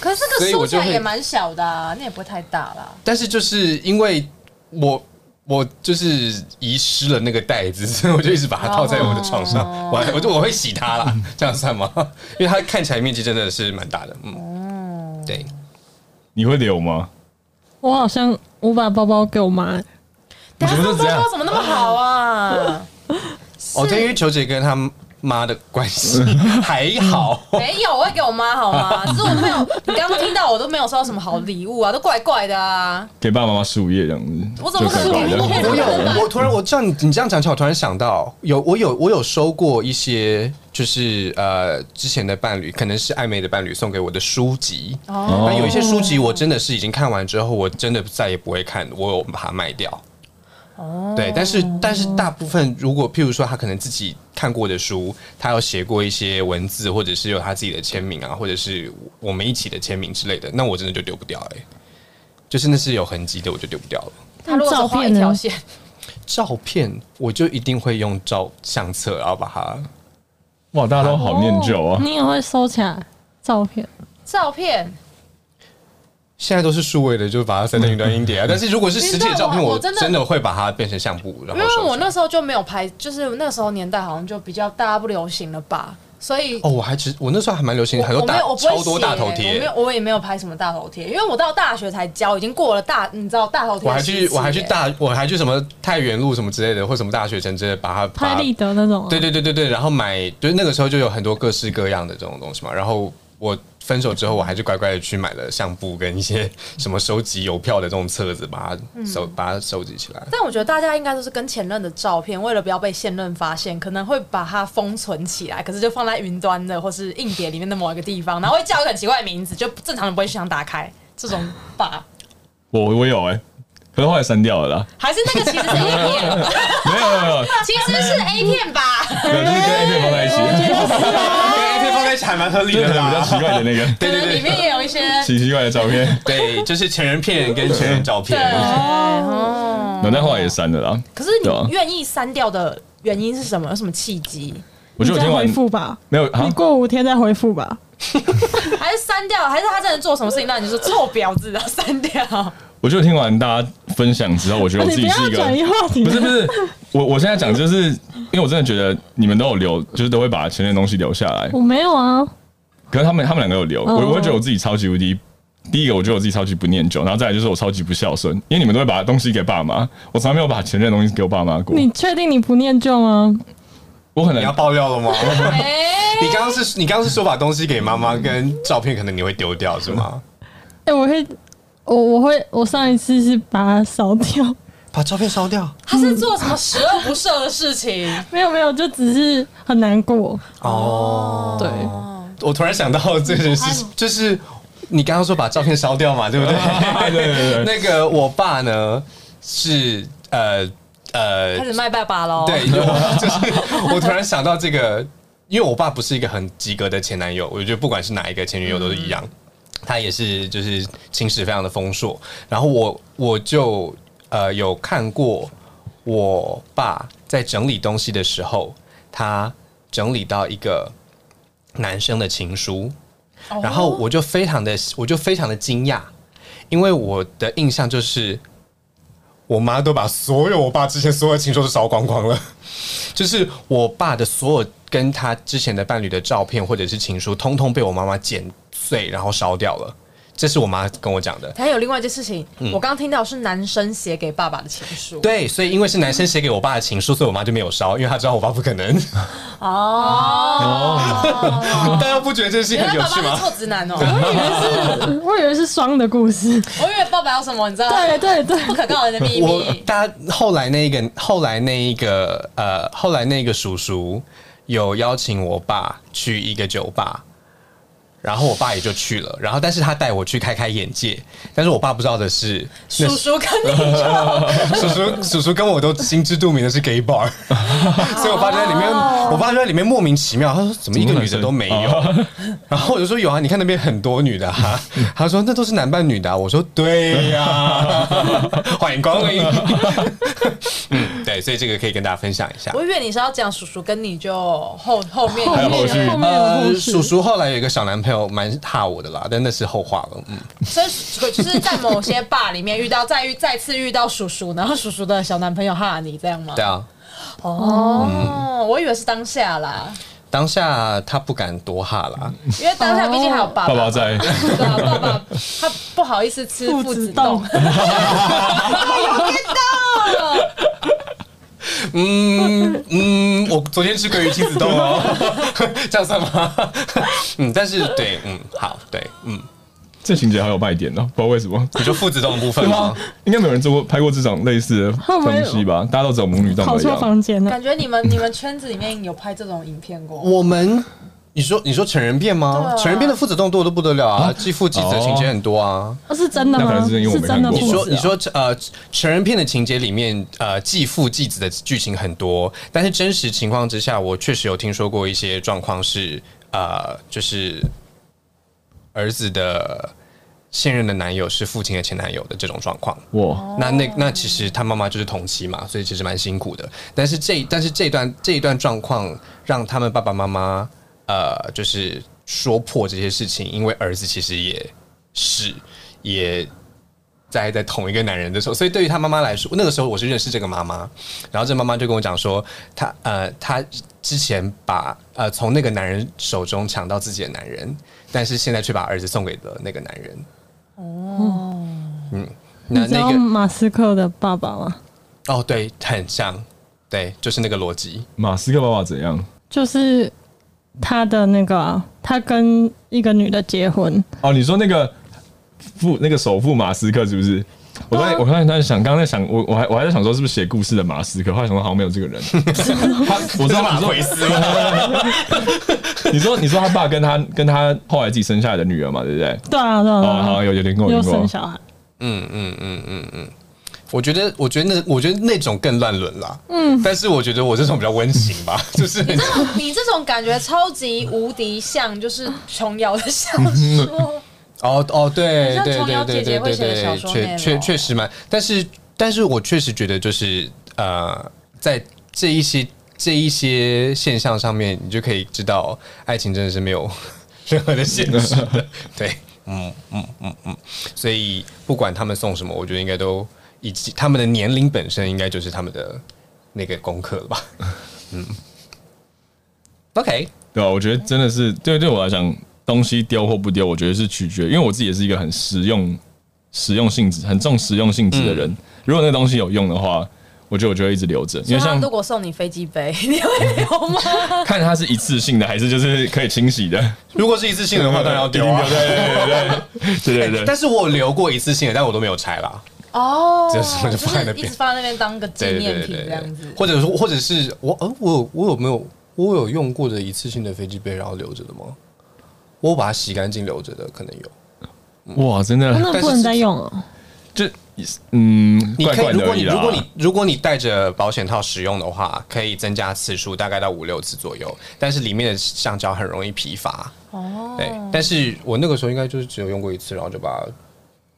Speaker 5: 可是这
Speaker 6: 所
Speaker 5: 个
Speaker 6: 以
Speaker 5: 书
Speaker 6: 我
Speaker 5: 起
Speaker 6: 就
Speaker 5: 来
Speaker 6: 会
Speaker 5: 也蛮小的、啊，那也不太大啦。
Speaker 6: 但是就是因为我我就是遗失了那个袋子，所以我就一直把它套在我的床上，我还我就我会洗它啦，这样算吗？因为它看起来面积真的是蛮大的，嗯，对，
Speaker 3: 你会留吗？
Speaker 4: 我好像我把包包给我妈，
Speaker 5: 等
Speaker 3: 你
Speaker 5: 下
Speaker 3: 们
Speaker 5: 这
Speaker 3: 都
Speaker 5: 个
Speaker 3: 这样
Speaker 5: 包包怎么那么好 啊？
Speaker 6: 哦，对，因为球姐跟他妈的关系还好，
Speaker 5: 没有，我会给我妈好吗？是我都没有，你刚刚听到我都没有收到什么好礼物啊，都怪怪的啊。
Speaker 3: 给爸爸妈妈十五页这样子，
Speaker 5: 我怎么
Speaker 3: 就怪怪
Speaker 5: 15页
Speaker 3: 的
Speaker 6: 我有，我突然我这样你这样讲起来，我突然想到，有我有我有收过一些，就是呃之前的伴侣，可能是暧昧的伴侣送给我的书籍，
Speaker 5: 哦
Speaker 6: 那有一些书籍我真的是已经看完之后，我真的再也不会看，我有把它卖掉。哦，对，但是但是大部分如果譬如说他可能自己看过的书，他有写过一些文字，或者是有他自己的签名啊，或者是我们一起的签名之类的，那我真的就丢不掉哎、就是那是有痕迹的，我就丢不掉了。
Speaker 5: 他如果是
Speaker 4: 照
Speaker 5: 画
Speaker 4: 片
Speaker 5: 一条
Speaker 4: 呢？
Speaker 5: 线，
Speaker 6: 照片我就一定会用照相册，然后把它
Speaker 3: 哇，大家都好念旧啊！
Speaker 4: 你也会收起来照片？
Speaker 5: 照片，
Speaker 6: 现在都是数位的，就把它塞在云端硬 碟啊。但是如果是实体的照片，
Speaker 5: 云端我
Speaker 6: 我
Speaker 5: 我真的
Speaker 6: 真的会把它变成相簿，然
Speaker 5: 因
Speaker 6: 后收
Speaker 5: 为
Speaker 6: 起来
Speaker 5: 我那时候就没有拍，就是那时候年代好像就比较大家不流行了吧，所以
Speaker 6: 哦，我还只我那时候还蛮流行，
Speaker 5: 我
Speaker 6: 很多
Speaker 5: 我没
Speaker 6: 大
Speaker 5: 有，我不会
Speaker 6: 超多
Speaker 5: 写
Speaker 6: 大头
Speaker 5: 我没
Speaker 6: 贴
Speaker 5: 有，，我也没有拍什么大头贴，因为我到大学才教，已经过了大，你知道大头贴的
Speaker 6: 我还
Speaker 5: 时期
Speaker 6: 去
Speaker 5: 耶。
Speaker 6: 我还去大我还去什么太原路什么之类的，或什么大学城之类的，把它把
Speaker 4: 拍
Speaker 6: 它
Speaker 4: 立得那种、啊，
Speaker 6: 对对对对对，然后买就是那个时候就有很多各式各样的这种东西嘛。然后我分手之后，我还是乖乖的去买了相簿跟一些什么收集邮票的这种册子，把
Speaker 5: 嗯
Speaker 6: 它收、把它收集起来。
Speaker 5: 但我觉得大家应该都是跟前任的照片，为了不要被现任发现，可能会把它封存起来，可是就放在云端的或是硬碟里面的某一个地方，然后会叫一个很奇怪的名字，就正常人不会去想打开这种吧？
Speaker 3: 我我有哎、可是后来删掉了啦。
Speaker 5: 还是那个其实是 A 片，
Speaker 3: 没有没有没有，
Speaker 5: 其实是 A 片吧？
Speaker 3: 没有就是跟 A 片放在一起，
Speaker 6: 跟 A 片放在一起还蛮合理
Speaker 3: 就是可能比较奇怪的那个，
Speaker 5: 可
Speaker 6: 对
Speaker 5: 能
Speaker 6: 对
Speaker 5: 里
Speaker 6: 对
Speaker 5: 面也有一些啊
Speaker 3: 奇奇怪的照片。
Speaker 6: 对，就是前人片跟前人照片。
Speaker 3: 然后但后来也删了啦。
Speaker 5: 可是
Speaker 3: 对啊
Speaker 5: 你愿意删掉的原因是什么？有什么契机？
Speaker 3: 我觉得
Speaker 4: 你再
Speaker 3: 我听
Speaker 4: 回
Speaker 3: 完
Speaker 4: 复吧，
Speaker 3: 没有
Speaker 4: 你
Speaker 3: 啊，
Speaker 4: 过五天再回复吧。
Speaker 5: 还是删掉？还是他真的做什么事情让你说臭婊子然后删掉？
Speaker 3: 我就听完大家分享之后，我觉得我
Speaker 4: 啊你
Speaker 3: 自
Speaker 4: 不
Speaker 3: 己
Speaker 4: 要
Speaker 3: 是一
Speaker 4: 转移
Speaker 3: 个。
Speaker 4: 话题，
Speaker 3: 不是不是，我我现在讲就是，因为我真的觉得你们都有留，就是都会把前面的东西留下来。
Speaker 4: 我没有啊，
Speaker 3: 可是他们他们两个有留，
Speaker 4: 哦
Speaker 3: 我我会觉得我自己超级无敌。第一个，我觉得我自己超级不念旧，然后再来就是我超级不孝顺，因为你们都会把东西给爸妈，我从来没有把前任的东西给我爸妈过。
Speaker 4: 你确定你不念旧吗？
Speaker 3: 我可
Speaker 6: 你要
Speaker 3: 能
Speaker 6: 爆料了吗？你刚刚是你刚刚是说把东西给妈妈跟照片，可能你会丢掉是吗？
Speaker 4: 哎、我会，我我会，我上一次是把它烧掉，
Speaker 6: 把照片烧掉
Speaker 5: 他是做什么十恶不赦的事 情？
Speaker 4: 没有没有，就只是很难过。
Speaker 6: 哦。
Speaker 4: 对，
Speaker 6: 我突然想到这件事，就是你刚刚说把照片烧掉嘛，对不对？
Speaker 3: 对对对对，
Speaker 6: 那个我爸呢是呃呃
Speaker 5: 开，始卖爸爸喽？
Speaker 6: 对，我 就是我突然想到这个，因为我爸不是一个很及格的前男友，我觉得不管是哪一个前女友都是一样，他也是就是情史非常的丰硕。然后我我就呃有看过我爸在整理东西的时候，他整理到一个男生的情书，然后我就非常的我就非常的惊讶，因为我的印象就是。我妈都把所有我爸之前所有的情书都烧光光了， 就是我爸的所有跟他之前的伴侣的照片或者是情书，通通被我妈妈剪碎然后烧掉了。这是我妈跟我讲的。
Speaker 5: 还有另外一件事情，我刚刚听到是男生写给爸爸的情书。
Speaker 6: 对，所以因为是男生写给我爸的情书，所以我妈就没有烧，因为她知道我爸不可能。
Speaker 5: 哦，
Speaker 6: 大家不觉得这是
Speaker 5: 原
Speaker 6: 很
Speaker 5: 来
Speaker 6: 有
Speaker 5: 爸
Speaker 6: 趣
Speaker 5: 爸是
Speaker 6: 吗？
Speaker 5: 臭直男哦。
Speaker 4: 我以为是双的故事，
Speaker 5: 我以为爸爸有什么，你知道？
Speaker 4: 对对对，
Speaker 5: 不可告人的秘
Speaker 6: 我
Speaker 5: 密。
Speaker 6: 大家后来那一个后来那一个呃后来那个叔叔有邀请我爸去一个酒吧，然后我爸也就去了，然后但是他带我去开开眼界，但是我爸不知道的是，那
Speaker 5: 叔叔跟 你说，
Speaker 6: 叔 叔叔叔跟我都心知肚明的是 gay bar，所以我爸就在里面，我爸就在里面莫名其妙，他说哦怎么一个女的都没有， 然后我就说有啊，你看那边很多女的 啊，他说那都是男扮女的、 啊，我说对呀、欢迎光临，嗯，对，所以这个可以跟大家分享一下。
Speaker 5: 我以为你是要讲叔叔跟你就后后面
Speaker 4: 后
Speaker 3: 还有
Speaker 4: 面
Speaker 3: 后续
Speaker 4: 后面有
Speaker 6: 呃
Speaker 4: 后，续
Speaker 6: 叔，叔后来有一个小男朋友，蛮怕我的啦，但那是后话了。嗯，
Speaker 5: 所以就是在某些坝里面遇到，再遇再次遇到叔叔，然后叔叔的小男朋友哈你这样吗？
Speaker 6: 对啊，
Speaker 5: 哦，我以为是当下啦，
Speaker 6: 当下他不敢多哈啦，
Speaker 5: 因为当下毕竟还有爸
Speaker 3: 爸
Speaker 5: 爸，
Speaker 3: 爸
Speaker 6: 哦
Speaker 3: 在，
Speaker 5: 对啊，爸爸他不好意思吃父子冻
Speaker 4: 父，
Speaker 6: 嗯嗯，我昨天吃鲑鱼亲子冻哦， 这样算吗？ 嗯，但是对，嗯，好，对，嗯，
Speaker 3: 这情节好有卖点哦，不知道为什么。
Speaker 6: 你就父子冻部分
Speaker 3: 对
Speaker 6: 吗
Speaker 3: 吗？？应该没有人做过拍过这种类似的东西吧？大家都走母女档
Speaker 4: 跑
Speaker 3: 而已
Speaker 4: 错
Speaker 3: 啊。
Speaker 4: 房间了
Speaker 5: 感。觉你们你们圈子里面有拍这种影片过吗？
Speaker 6: 我们，你说你说成人变吗？
Speaker 5: 对啊
Speaker 6: 成人变的父子动多的不得了啊，继父继子的情节很多啊。
Speaker 4: 哦是真的
Speaker 3: 那可
Speaker 4: 吗？
Speaker 3: 能是因为我没
Speaker 4: 真的
Speaker 3: 看过
Speaker 6: 你
Speaker 4: 父
Speaker 6: 说
Speaker 4: 子
Speaker 6: 你
Speaker 4: 啊
Speaker 6: 说呃，成人片的情节里面，呃，继父继子的剧情很多，但是真实情况之下，我确实有听说过一些状况是，呃，就是儿子的现任的男友是父亲的前男友的这种状况。
Speaker 3: 哇，
Speaker 6: 那那那其实他妈妈就是同期嘛，所以其实蛮辛苦的。但是这但是这段这一段状况让他们爸爸妈妈呃，就是说破这些事情，因为儿子其实也是也栽在同一个男人的时候，所以对于他妈妈来说，那个时候我是认识这个妈妈，然后这妈妈就跟我讲说，她呃她之前把呃从那个男人手中抢到自己的男人，但是现在却把儿子送给了那个男人。哦，嗯，那
Speaker 4: 你知道
Speaker 6: 那个
Speaker 4: 马斯克的爸爸吗？
Speaker 6: 哦，对，很像，对，就是那个逻辑。
Speaker 3: 马斯克爸爸怎样？
Speaker 4: 就是他的那个啊、他跟一个女的结婚，
Speaker 3: 哦，你说那个富那个首富马斯克是不是？我在我刚才在想，刚刚在想，我我还我还在想说是不是写故事的马斯克，后来想说好像没有这个人。他我知道你说
Speaker 6: 斯吗？
Speaker 3: 你说你说他爸跟他跟他后来自己生下来的女儿嘛，对不对？
Speaker 4: 对啊对啊，对
Speaker 3: 哦，好
Speaker 4: 啊
Speaker 3: 像有有点跟我
Speaker 4: 又
Speaker 3: 听过
Speaker 4: 生，小孩，
Speaker 6: 嗯嗯嗯嗯嗯。我觉得，我觉得那，我觉得那种更乱伦啦。嗯，但是我觉得我这种比较温情吧， 就是很
Speaker 5: 你这种感觉超级无敌像，就是琼瑶的小
Speaker 6: 嗯
Speaker 5: 说，
Speaker 6: 哦哦，对
Speaker 5: 像
Speaker 6: 对
Speaker 5: 琼瑶
Speaker 6: 对对
Speaker 5: 姐姐
Speaker 6: 对
Speaker 5: 会
Speaker 6: 对
Speaker 5: 写的小
Speaker 6: 对，
Speaker 5: 说内
Speaker 6: 确
Speaker 5: 容
Speaker 6: 确确实蛮，但是但是我确实觉得就是呃，在这一些这一些现象上面，你就可以知道爱情真的是没有 任何的限制 的，对，嗯嗯嗯嗯，所以不管他们送什么，我觉得应该都以及他们的年龄本身，应该就是他们的那个功课了吧， 嗯，OK，
Speaker 3: 对吧、啊我觉得真的是对对我来讲，东西丢或不丢，我觉得是取决，因为我自己也是一个很实用、实用性质很重实用性质的人。如果那个东西有用的话，我觉得我就会一直留着，因为
Speaker 5: 他
Speaker 3: 像
Speaker 5: 如果送你飞机杯，你会留吗？
Speaker 3: 看它是一次性的还是就是可以清洗 的，
Speaker 6: 如果是一次性的话，当然要丢啊
Speaker 3: 一定。对对对对对对
Speaker 6: 哎但是我留过一次性的，但我都没有拆啦。
Speaker 5: 哦，
Speaker 6: 就
Speaker 5: 就是
Speaker 6: 我就是放在那边
Speaker 5: 一直放在那边当个纪
Speaker 6: 对
Speaker 5: 念
Speaker 6: 对对
Speaker 5: 品
Speaker 6: 对
Speaker 5: 这样子
Speaker 6: 对，。或者说，或者是我，呃，我有我有没有我有用过的一次性的飞机杯，然后留着的吗？我有把它洗干净留着的，可能有。
Speaker 3: 对，哇，真的
Speaker 4: 那不能再用了。
Speaker 3: 就嗯，
Speaker 6: 你
Speaker 3: 怪
Speaker 6: 可以，
Speaker 3: 怪
Speaker 6: 如
Speaker 3: 的
Speaker 6: 果
Speaker 3: 而
Speaker 6: 你
Speaker 3: 已啦
Speaker 6: 如果你如果你带着保险套使用的话，可以增加次数，大概到五六次左右。但是里面的橡胶很容易疲乏。哦，对。但是我那个时候应该就是只有用过一次，然后就把它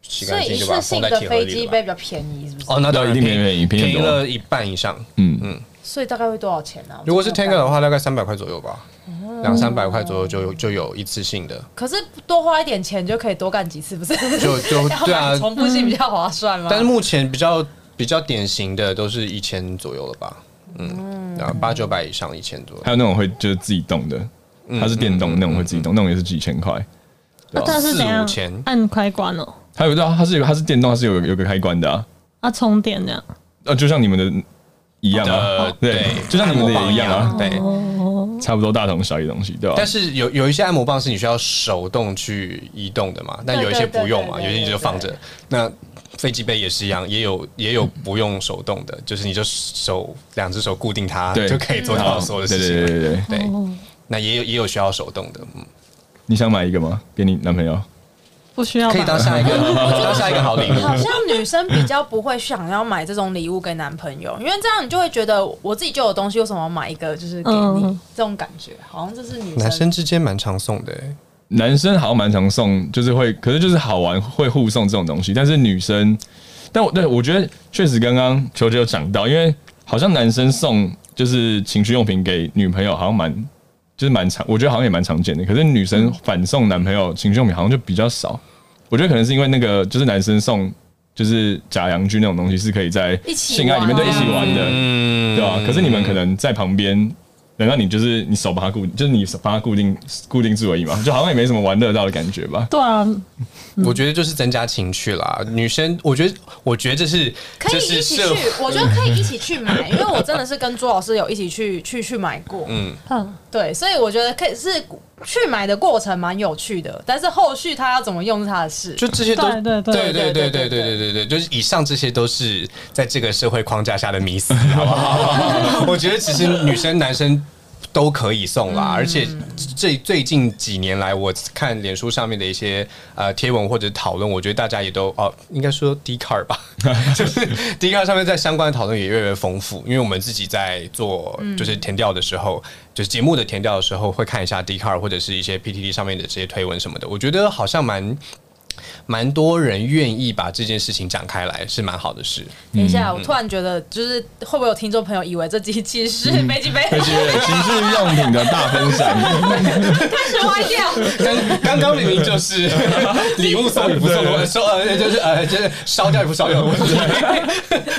Speaker 6: 洗
Speaker 5: 所
Speaker 6: 干
Speaker 5: 以
Speaker 6: 净，
Speaker 5: 一
Speaker 6: 就把
Speaker 5: 次
Speaker 6: 它放
Speaker 5: 性
Speaker 6: 在
Speaker 5: 的
Speaker 6: 铁盒
Speaker 5: 飞
Speaker 6: 里
Speaker 5: 机
Speaker 6: 了
Speaker 5: 杯
Speaker 6: 吧。
Speaker 5: 比较便宜，是不是？
Speaker 6: 哦，那当然
Speaker 3: 一定
Speaker 6: 便宜
Speaker 3: 便宜便宜
Speaker 6: 便宜
Speaker 3: 很多
Speaker 6: 了一半以上。
Speaker 3: 嗯
Speaker 5: 所以大概会多少钱呢、啊？
Speaker 6: 如果是
Speaker 5: 我真
Speaker 6: Tango
Speaker 5: 没有概
Speaker 6: 的话，大概三百块左右吧，
Speaker 5: 嗯
Speaker 6: 两三百块左右就有就有一次性的，
Speaker 5: 可是多花一点钱就可以多干几次，不是？
Speaker 6: 就就
Speaker 5: 要买
Speaker 6: 对啊。
Speaker 5: 重复性比较划算吗？
Speaker 6: 但是目前比较比较典型的都是一千左右了吧，嗯，然后八九百以上一千左右
Speaker 3: 还，有那种会就是自己动的，
Speaker 6: 嗯
Speaker 3: 它是电动的那种会自己动，那种也是几千块。
Speaker 6: 对吧
Speaker 4: 但是
Speaker 6: 四
Speaker 4: 怎样
Speaker 6: 五千。
Speaker 4: 按开关哦，
Speaker 3: 还有一个它是有它是电动，它是有有个开关的啊，
Speaker 4: 啊充电这样。
Speaker 3: 呃，就像你们的一样啊
Speaker 6: 呃，
Speaker 3: 对
Speaker 6: 对，
Speaker 3: 就像你们的也一样啊，
Speaker 6: 对，
Speaker 5: 哦
Speaker 3: 差不多大同小异的东西，对吧
Speaker 6: 但？是有有一些按摩棒是你需要手动去移动的嘛，但有一些不用嘛，
Speaker 5: 对对对对
Speaker 6: 有一些你就放着。那飞机杯也是一样，也有也有不用手动的，就是你就手两只手固定它，
Speaker 3: 对
Speaker 6: 就可以做
Speaker 5: 嗯
Speaker 6: 到所有的
Speaker 3: 对
Speaker 6: 事
Speaker 3: 对
Speaker 6: 情了
Speaker 3: 对。对对，
Speaker 6: 对，
Speaker 5: 哦
Speaker 6: 那也有也有需要手动的，嗯，
Speaker 3: 你想买一个吗？给你男朋友？
Speaker 4: 不需要
Speaker 6: 可以
Speaker 4: 吧
Speaker 6: 当？下一个 当下一个好礼物。
Speaker 5: 好像女生比较不会想要买这种礼物给男朋友，因为这样你就会觉得我自己就有东西，为什么要买一个就是给你、
Speaker 4: 嗯
Speaker 5: 这种感觉？好像这是女
Speaker 6: 男
Speaker 5: 生
Speaker 6: 生之间蛮常送的、欸，
Speaker 3: 男生好像蛮常送，就是会，可是就是好玩会互送这种东西，但是女生，但我对我觉得确实刚刚球球有讲到，因为好像男生送就是情趣用品给女朋友，好像蛮就是蛮常，我觉得好像也蛮常见的。可是女生反送男朋友情趣用品好像就比较少。我觉得可能是因为那个就是男生送就是假洋具那种东西是可以在
Speaker 5: 一起
Speaker 3: 性爱里面对一起玩的，
Speaker 6: 嗯
Speaker 3: 对吧、可是你们可能在旁边。难道你就是你手把它固，就是你手把它固定固定住而已嘛？就好像也没什么玩乐到的感觉吧。
Speaker 4: 对啊，
Speaker 5: 嗯
Speaker 6: 我觉得就是增加情趣啦。女生，我觉得，我觉得这是
Speaker 5: 可以
Speaker 6: 这
Speaker 5: 一
Speaker 6: 是
Speaker 5: 起
Speaker 6: 社
Speaker 5: 去，我觉得可以一起去买，因为我真的是跟朱老师有一起去去去买过，嗯，
Speaker 4: 嗯，
Speaker 5: 对，所以我觉得可以是去买的过程蛮有趣的，但是后续他要怎么用是他的事。
Speaker 6: 就这些都
Speaker 4: 对对对
Speaker 6: 对对
Speaker 5: 对对
Speaker 6: 对对对对对对，就是以上这些都是在这个社会框架下的迷思，好不好？我觉得其实女生男生。都可以送啦，而且最最近几年来，我看脸书上面的一些呃贴文或者讨论，我觉得大家也都哦，应该说 d c a r 吧， 就是 d c a r 上面在相关的讨论也越来越丰富。因为我们自己在做就是填调的时候，就是节目的填调的时候，会看一下 d c a r 或者是一些 PTT 上面的这些推文什么的，我觉得好像蛮蛮多人愿意把这件事情展开来，是蛮好的事。
Speaker 5: 等一下，我突然觉得，就是会不会有听众朋友以为这集其实是 飞机杯
Speaker 3: 而且情趣用品的大分享，
Speaker 5: 开始歪掉？
Speaker 6: 刚刚刚明明就是 礼物送与不送的问，收呃就是呃就是烧掉与不烧掉的问题，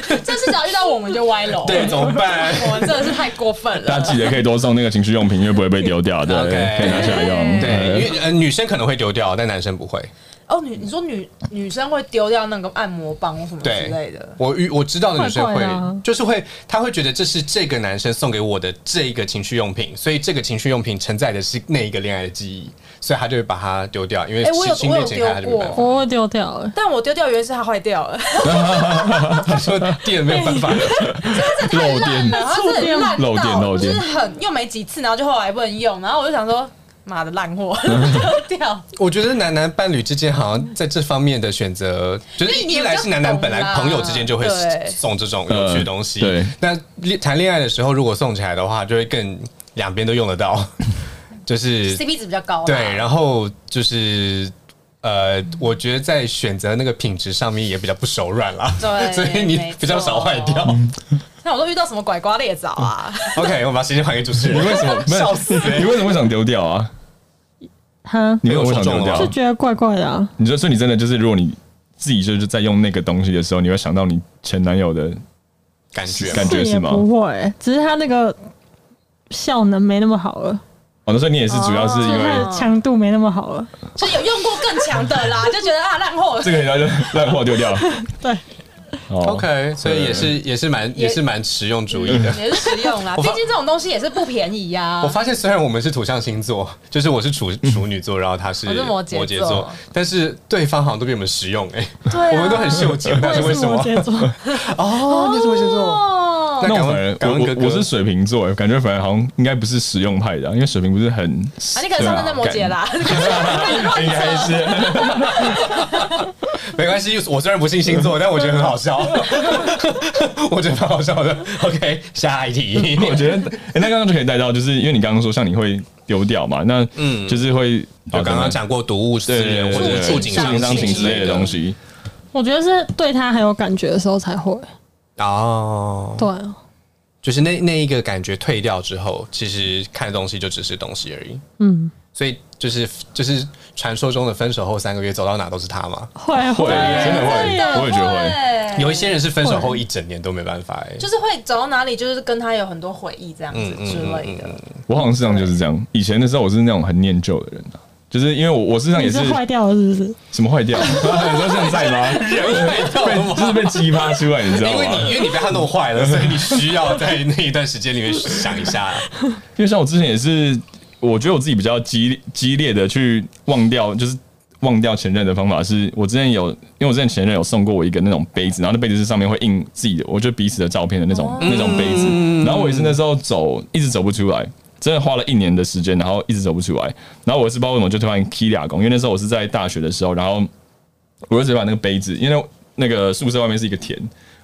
Speaker 5: 这次只要遇到我们就歪楼，
Speaker 6: 对，怎么办？
Speaker 5: 我们真的是太过分
Speaker 3: 大家
Speaker 5: 了。
Speaker 3: 记得可以多送那个情趣用品，因为不会被丢掉，对
Speaker 6: OK
Speaker 3: 可以拿起来用。
Speaker 6: 对，因为呃女生可能会丢掉，但男生不会。
Speaker 5: 哦，女你说女女生会丢掉那个按摩棒或什么之
Speaker 6: 对
Speaker 5: 类的，
Speaker 6: 我遇我知道的女生会，
Speaker 4: 怪怪的啊
Speaker 6: 就是会，她会觉得这是这个男生送给我的这一个情趣用品，所以这个情趣用品承载的是那一个恋爱的记忆，所以她就会把它丢掉，因为
Speaker 5: 哎我有
Speaker 6: 心
Speaker 5: 我
Speaker 6: 恋
Speaker 5: 有
Speaker 6: 解开，她就没
Speaker 5: 丢
Speaker 6: 办法。
Speaker 4: 我会丢掉了。
Speaker 5: 但我丢掉原因是它坏掉了，
Speaker 6: 你说电没有办法了，
Speaker 3: 漏电，
Speaker 6: 啊
Speaker 5: 然 后它是烂到
Speaker 3: 漏电漏电
Speaker 5: 就是很又没几次，然后就后来不能用，然后我就想说，妈的烂货，
Speaker 6: 嗯
Speaker 5: 丢掉。
Speaker 6: 我觉得男男伴侣之间好像在这方面的选择，就是
Speaker 5: 因为
Speaker 6: 一
Speaker 5: 你
Speaker 6: 一
Speaker 5: 们
Speaker 6: 来
Speaker 5: 就是
Speaker 6: 男男
Speaker 5: 懂
Speaker 6: 本来
Speaker 5: 啦
Speaker 6: 朋友之间就会
Speaker 5: 对
Speaker 6: 送这种有趣的东西，
Speaker 3: 呃
Speaker 6: 那恋谈恋爱的时候如果送起来的话，就会更两边都用得到， 就是
Speaker 5: CP 值比较高啦。
Speaker 6: 对，然后就是。呃，我觉得在选择那个品质上面也比较不手软啦，
Speaker 5: 对
Speaker 6: 所以你
Speaker 5: 没错
Speaker 6: 比较少坏掉。
Speaker 5: 那我都遇到什么拐瓜裂枣啊？
Speaker 6: OK，我们把时间还给主持
Speaker 3: 你
Speaker 6: 人。
Speaker 3: 为 什么？不是
Speaker 6: 笑死欸
Speaker 3: 你为什么会想丢掉啊？
Speaker 4: 哈，
Speaker 3: 你为什么会想丢
Speaker 6: 被我说中了
Speaker 4: 就
Speaker 3: 掉？
Speaker 4: 觉得怪怪的啊。
Speaker 3: 你说，所以你真的就是，如果你自己就是在用那个东西的时候，你会想到你前男友的
Speaker 6: 感觉
Speaker 3: 感觉
Speaker 4: 是
Speaker 3: 是
Speaker 4: 也
Speaker 3: 吗？
Speaker 4: 不会、只是他那个效能没那么好了，
Speaker 3: 哦，那所以你也是主要是因
Speaker 4: 就是他
Speaker 3: 为
Speaker 6: 哦
Speaker 4: 的强度没那么好了。
Speaker 5: 就有用过更强的啦，就觉得啊烂货。
Speaker 3: 这个，然后就烂货丢掉。
Speaker 4: 对，
Speaker 3: 哦
Speaker 6: OK，所以也是也是蛮也是蛮实用主义的。
Speaker 5: 也是实用啦，
Speaker 6: 我
Speaker 5: 毕
Speaker 6: 发
Speaker 5: 竟这种东西也是不便宜啊呀、
Speaker 6: 我发现虽然我们是土象星座，就是我是处
Speaker 3: 嗯
Speaker 6: 处女座，然后他是
Speaker 5: 我是摩羯座
Speaker 6: 但是对方好像都比我们实用哎、
Speaker 5: 对啊
Speaker 6: 我们都很秀气，但是为
Speaker 4: 也
Speaker 6: 什
Speaker 4: 是
Speaker 6: 么
Speaker 4: 摩？羯座，
Speaker 6: 哦，你是摩羯座，
Speaker 5: 哦，
Speaker 6: 那
Speaker 3: 那
Speaker 6: 感
Speaker 3: 我反
Speaker 6: 恩
Speaker 3: 而
Speaker 6: 感
Speaker 3: 我
Speaker 6: 恩哥
Speaker 3: 我
Speaker 6: 哥，
Speaker 3: 我是水瓶座，感觉反而好像应该不是实用派的啊，因为水瓶不是很
Speaker 5: 啊，你可能上升在摩羯啦，
Speaker 3: 应该是
Speaker 6: 没关系，我虽然不信星座，但我觉得很好 笑， 我觉得蛮好笑的。OK，下一题，
Speaker 3: 我觉得，诶那刚刚就可以带到，就是因为你刚刚说像你会丢掉嘛，那嗯，就是会啊
Speaker 6: 我刚刚讲过毒物、私
Speaker 3: 对
Speaker 6: 人
Speaker 3: 对
Speaker 6: 或者
Speaker 3: 对
Speaker 6: 是触
Speaker 3: 触景
Speaker 6: 景伤
Speaker 3: 伤
Speaker 6: 情
Speaker 3: 情之类的东西，
Speaker 4: 我觉得是对他很有感觉的时候才会。
Speaker 6: 哦，
Speaker 4: 对，啊
Speaker 6: 就是那那一个感觉退掉之后，其实看东西就只是东西而已。
Speaker 4: 嗯，
Speaker 6: 所以就是就是传说中的分手后三个月走到哪都是他嘛。
Speaker 4: 会啊
Speaker 3: 会
Speaker 4: 会啊
Speaker 3: 真的 会，我也觉得会。
Speaker 5: 对，
Speaker 6: 有一些人是分手后一整年都没办法哎、
Speaker 5: 就是会走到哪里，就是跟他有很多回忆这样子
Speaker 6: 嗯嗯
Speaker 5: 之类的。
Speaker 3: 我好像市场就是这样，以前的时候我是那种很念旧的人啊，就是因为我我身上也
Speaker 4: 你
Speaker 3: 是
Speaker 4: 是坏掉了是不是？
Speaker 3: 什么 坏掉，你说现在 吗？
Speaker 6: 人坏掉了
Speaker 3: 就是被激发出来，你知道
Speaker 6: 啊因为
Speaker 3: 吗
Speaker 6: 你？因为你被他弄坏了，所以你需要在那一段时间里面想一下。
Speaker 3: 因为像我之前也是，我觉得我自己比较激激烈的去忘掉，就是忘掉前任的方法是，我之前有，因为我之前前任有送过我一个那种杯子，然后那杯子是上面会印自己的，我觉得彼此的照片的那种、那种杯子，然后我也是那时候走，一直走不出来。真的花了一年的时间，然后一直走不出来。然后我也是不知道为什么就突然 K 俩工，因为那时候我是在大学的时候，然后我就直接把那个杯子，因为那个宿舍外面是一个田，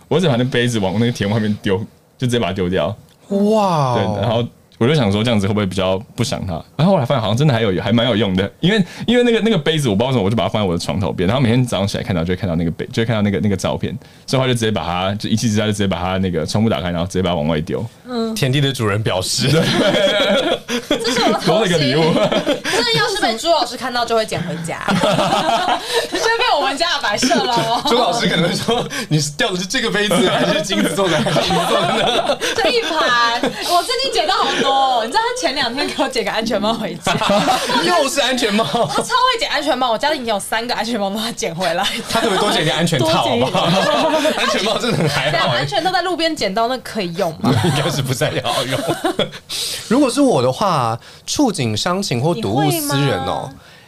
Speaker 3: 我只把那杯子往那个田外面丢，就直接把它丢掉。
Speaker 6: 哇
Speaker 3: 对，然后我就想说这样子会不会比较不想他？然后后来发现好像真的还有还蛮有用的，因为因为那个那个杯子我不知道为什么，我就把它放在我的床头边，然后每天早上起来看到就会看到那个杯，就会看到那个那个照片，所以他就直接把它就一气之下就直接把它那个窗户打开，然后直接把它往外丢，
Speaker 6: 田地的主人表示，
Speaker 5: 这是我的
Speaker 3: 多
Speaker 5: 偷
Speaker 3: 了一个礼
Speaker 5: 心
Speaker 3: 物。。
Speaker 5: 这要是被朱老师看到，就会捡回家，就会被我们家的摆设了哦。
Speaker 6: 朱老师可能会说：“你是掉的是这个杯子，还是金子做的，还是银子做的呢
Speaker 5: 这一盘，我最近捡到好多、哦。你知道他前两天给我捡个安全帽回家，他？”
Speaker 6: 又是安全帽，
Speaker 5: 超会捡安全帽，我家里已经有三个安全帽都他捡回来。
Speaker 6: 他可不可以多捡点安全套，好不好？安全帽真的很还
Speaker 5: 对啊，
Speaker 6: 好，欸嗯
Speaker 5: 安全都在路边捡到，那可以用吗？
Speaker 6: 应该是不再要用。 如果是我的话，触景伤情或睹物思人哦、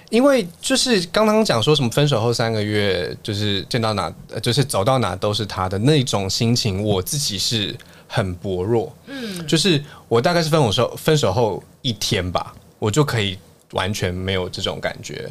Speaker 6: 因为就是刚刚讲说什么分手后三个月，就是见到哪，呃就是走到哪都是他的那种心情，我自己是很薄弱。嗯，就是我大概是分手后分手后一天吧，我就可以完全没有这种感觉。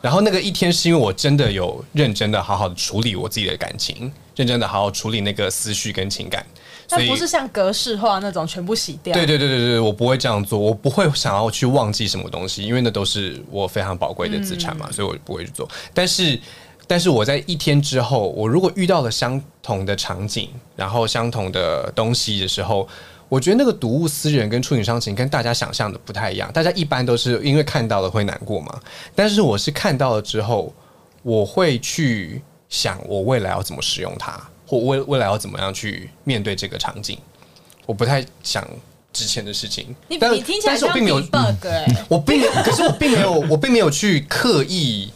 Speaker 6: 然后那个一天是因为我真的有认真的好好的处理我自己的感情，认真的好好处理那个思绪跟情感。所
Speaker 5: 但
Speaker 6: 以
Speaker 5: 不是像格式化那种全部洗掉。
Speaker 6: 对对对对对，我不会这样做，我不会想要去忘记什么东西，因为那都是我非常宝贵的资产嘛，所以我不会去做。但是，但是我在一天之后，我如果遇到了相同的场景，然后相同的东西的时候。我觉得那个睹物思人跟触景伤情跟大家想象的不太一样，大家一般都是因为看到了会难过嘛，但是我是看到了之后，我会去想我未来要怎么使用它，或未未来要怎么样去面对这个场景。我不太想之前的事情。
Speaker 5: 你
Speaker 6: 但
Speaker 5: 你听起来
Speaker 6: 但是我
Speaker 5: 像
Speaker 6: 并没有，嗯
Speaker 5: bug 哎、
Speaker 6: 我并没有，可是我并没有， 我并没有去刻意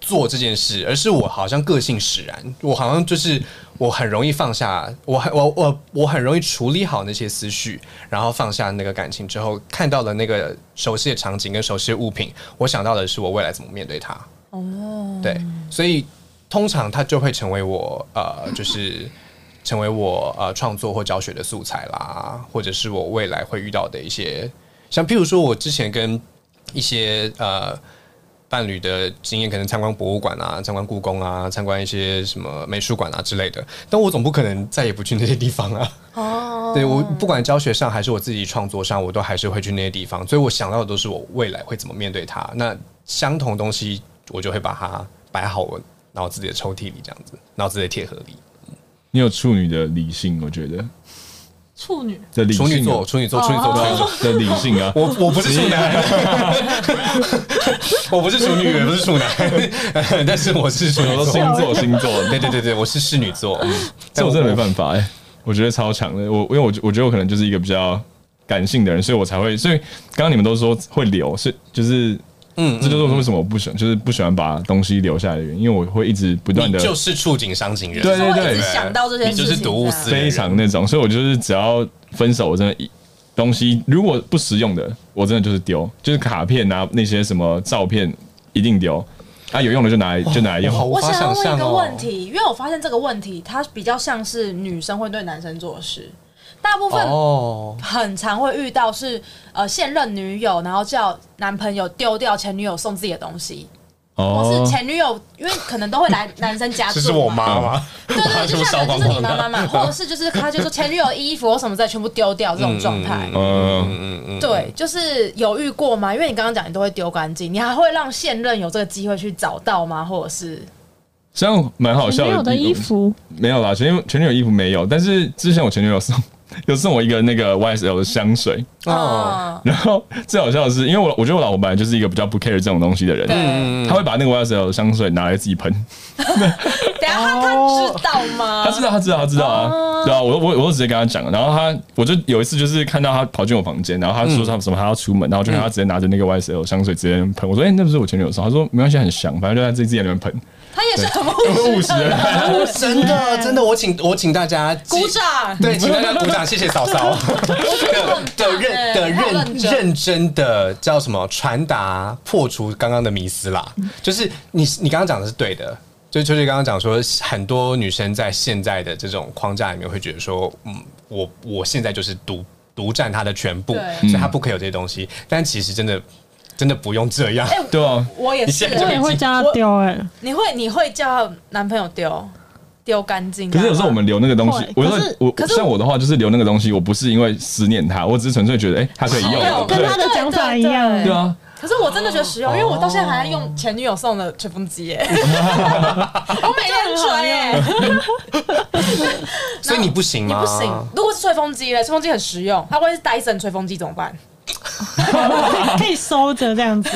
Speaker 6: 做这件事，而是我好像个性使然，我好像就是我很容易放下，我很我我我很容易处理好那些思绪，然后放下那个感情之后，看到了那个熟悉的场景跟熟悉的物品，我想到的是我未来怎么面对它。哦，对，所以通常它就会成为我呃，就是。成为我呃创作或教学的素材啦，或者是我未来会遇到的一些，像譬如说我之前跟一些呃伴侣的经验，可能参观博物馆啊、参观故宫啊、参观一些什么美术馆啊之类的，但我总不可能再也不去那些地方啊。哦， 对我不管教学上还是我自己创作上，我都还是会去那些地方，所以我想到的都是我未来会怎么面对它。那相同东西，我就会把它摆好我脑子里的抽屉里，这样子，脑子里的铁盒里。
Speaker 3: 你有处女的理性，我觉得
Speaker 4: 处女
Speaker 3: 的理性
Speaker 6: 处
Speaker 3: 啊
Speaker 6: 女座，处女座，处女座，
Speaker 3: 哦
Speaker 6: 处女座。
Speaker 3: 的理性啊，
Speaker 6: 我我不是处男， 我不是处女，也不是处男， 但是我是处
Speaker 3: 我
Speaker 6: 女
Speaker 3: 说
Speaker 6: 座
Speaker 3: 星。座星座，
Speaker 6: 对对对对，我是狮女座，嗯
Speaker 3: 这我真的没办法哎、我觉得超强的。我因为我觉我觉得我可能就是一个比较感性的人，所以我才会。所以刚刚你们都说会留，是就是
Speaker 6: 嗯
Speaker 3: 嗯，这就是为什么我不喜欢，就是不喜欢把东西留下来的原因，因为我会一直不断
Speaker 6: 你
Speaker 3: 的
Speaker 6: 就是触景伤情人，
Speaker 3: 对对
Speaker 5: 我一
Speaker 3: 对
Speaker 5: 直，想到这些
Speaker 6: 你
Speaker 5: 事情，
Speaker 6: 就是睹物思人，
Speaker 3: 非常那种。所以我就是只要分手，我真的一东西如果不实用的，我真的就是丢，就是卡片啊那些什么照片一定丢。啊，有用的就拿来就拿来
Speaker 6: 我
Speaker 3: 用。
Speaker 6: 好无
Speaker 5: 我
Speaker 6: 法
Speaker 5: 想要
Speaker 6: 想
Speaker 5: 问
Speaker 6: 象
Speaker 5: 一个
Speaker 6: 哦。
Speaker 5: 问题，因为我发现这个问题，它比较像是女生会对男生做的事，大部分
Speaker 6: 哦，
Speaker 5: 很常会遇到是呃现任女友，然后叫男朋友丢掉前女友送自己的东西，或是前女友，因为可能都会来男生家住
Speaker 6: 哦
Speaker 5: 嘛，
Speaker 6: 这是我妈妈，
Speaker 5: 对对，
Speaker 6: 全
Speaker 5: 就
Speaker 6: 部烧
Speaker 5: 像
Speaker 6: 光
Speaker 5: 就是你
Speaker 6: 光
Speaker 5: 妈妈嘛，或者是就是他就说前女友的衣服或什么再全部丢掉这种状态。
Speaker 3: 嗯，
Speaker 6: 嗯嗯，
Speaker 5: 对，就是有遇过吗？因为你刚刚讲你都会丢干净，你还会让现任有这个机会去找到吗？或者是
Speaker 3: 这样蛮好笑
Speaker 4: 没有的衣服，
Speaker 3: 没有啦，前女前女友衣服没有，但是之前我前女友送 有送我一个那个 YSL 的香水，
Speaker 6: 哦，
Speaker 5: 嗯，
Speaker 3: 然后最好笑的是，因为我我觉得我老婆本来就是一个比较不 care 这种东西的人，
Speaker 5: 对
Speaker 3: 她会把那个 YSL 的香水拿来自己喷，
Speaker 5: 等一下他他知道吗？
Speaker 3: 她知道她知道她知道啊，对啊，我我我就直接跟她讲，然后她我就有一次就是看到她跑进我房间，然后她说她什么她要出门，然后我就看她直接拿着那个 YSL 香水直接喷，我说哎、那不是我前女友送，她说没关系很香，反正就在自己自己在那边喷，
Speaker 5: 他也是 很务
Speaker 3: 务实
Speaker 5: 实
Speaker 3: 的
Speaker 5: 的，
Speaker 3: 人，
Speaker 6: 啊真的真的，我请我请大家
Speaker 5: 鼓。 掌。
Speaker 6: 对，请大家鼓掌，谢谢嫂 嫂的的认的认认真的叫什么传达破除刚刚的迷思啦，就是你你刚刚讲的是对的，就是秋秋刚刚讲说，很多女生在现在的这种框架里面会觉得说，嗯，我我现在就是独独占她的全部，
Speaker 5: 对
Speaker 6: 所以她不可以有这些东西，但其实真的真的不用这样，
Speaker 5: 哎
Speaker 3: 对啊，
Speaker 5: 我也
Speaker 6: 你
Speaker 5: 是
Speaker 6: 现在，
Speaker 4: 我也会叫他丢哎、
Speaker 5: 你会你会叫男朋友丢？丢干净。啊
Speaker 3: 可是有时候我们留那个东西
Speaker 4: 会，
Speaker 3: 我说
Speaker 5: 可是
Speaker 3: 我
Speaker 5: 可是
Speaker 3: 像我的话，就是留那个东西，我不是因为思念它，我只是纯粹觉得，哎、它可以用
Speaker 5: 实用，
Speaker 4: 跟他的讲法一样
Speaker 5: 对对
Speaker 3: 对啊，哦
Speaker 5: 可是我真的觉得实用，因为我到现在还在用前女友送的吹 风机耶，我每天吹耶，
Speaker 6: 所以你不行
Speaker 5: 你
Speaker 6: 吗？
Speaker 5: 不行。如果是吹风机嘞，吹风机很实用，它万一是 Dyson 吹风机怎么办？
Speaker 4: 可以收着这样子，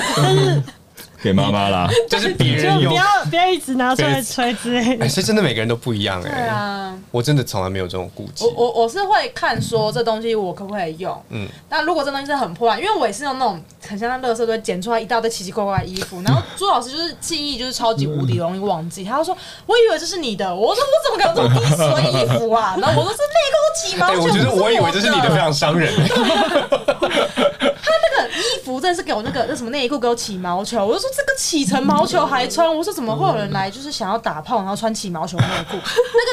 Speaker 3: 给妈妈啦。
Speaker 6: 就是别
Speaker 4: 就
Speaker 6: 人
Speaker 4: 不
Speaker 6: 用。
Speaker 4: 要不要一直拿出来吹之 类的
Speaker 6: 哎，。所以真的每个人都不一样哎、
Speaker 5: 对啊，
Speaker 6: 我真的从来没有这种顾忌
Speaker 5: 我。我我是会看说这东西我可不可以用，嗯，那如果这东西是很破烂，因为我也是用那种很像那垃圾堆捡出来一大堆奇奇怪怪的衣服，然后朱老师就是记忆就是超级无敌容易忘记，他就说我以为这是你的，我说我怎么可能这么低俗的衣服啊？然后我说是内裤起毛
Speaker 6: 哎、
Speaker 5: 球，
Speaker 6: 我觉得我以为这是你的，
Speaker 5: 不我
Speaker 6: 非常伤人、
Speaker 5: 那个衣服真的是给我那个那什么内衣裤给我起毛球，我就说这个起成毛球还穿，我说怎么会有人来就是想要打炮然后穿起毛球内裤？那个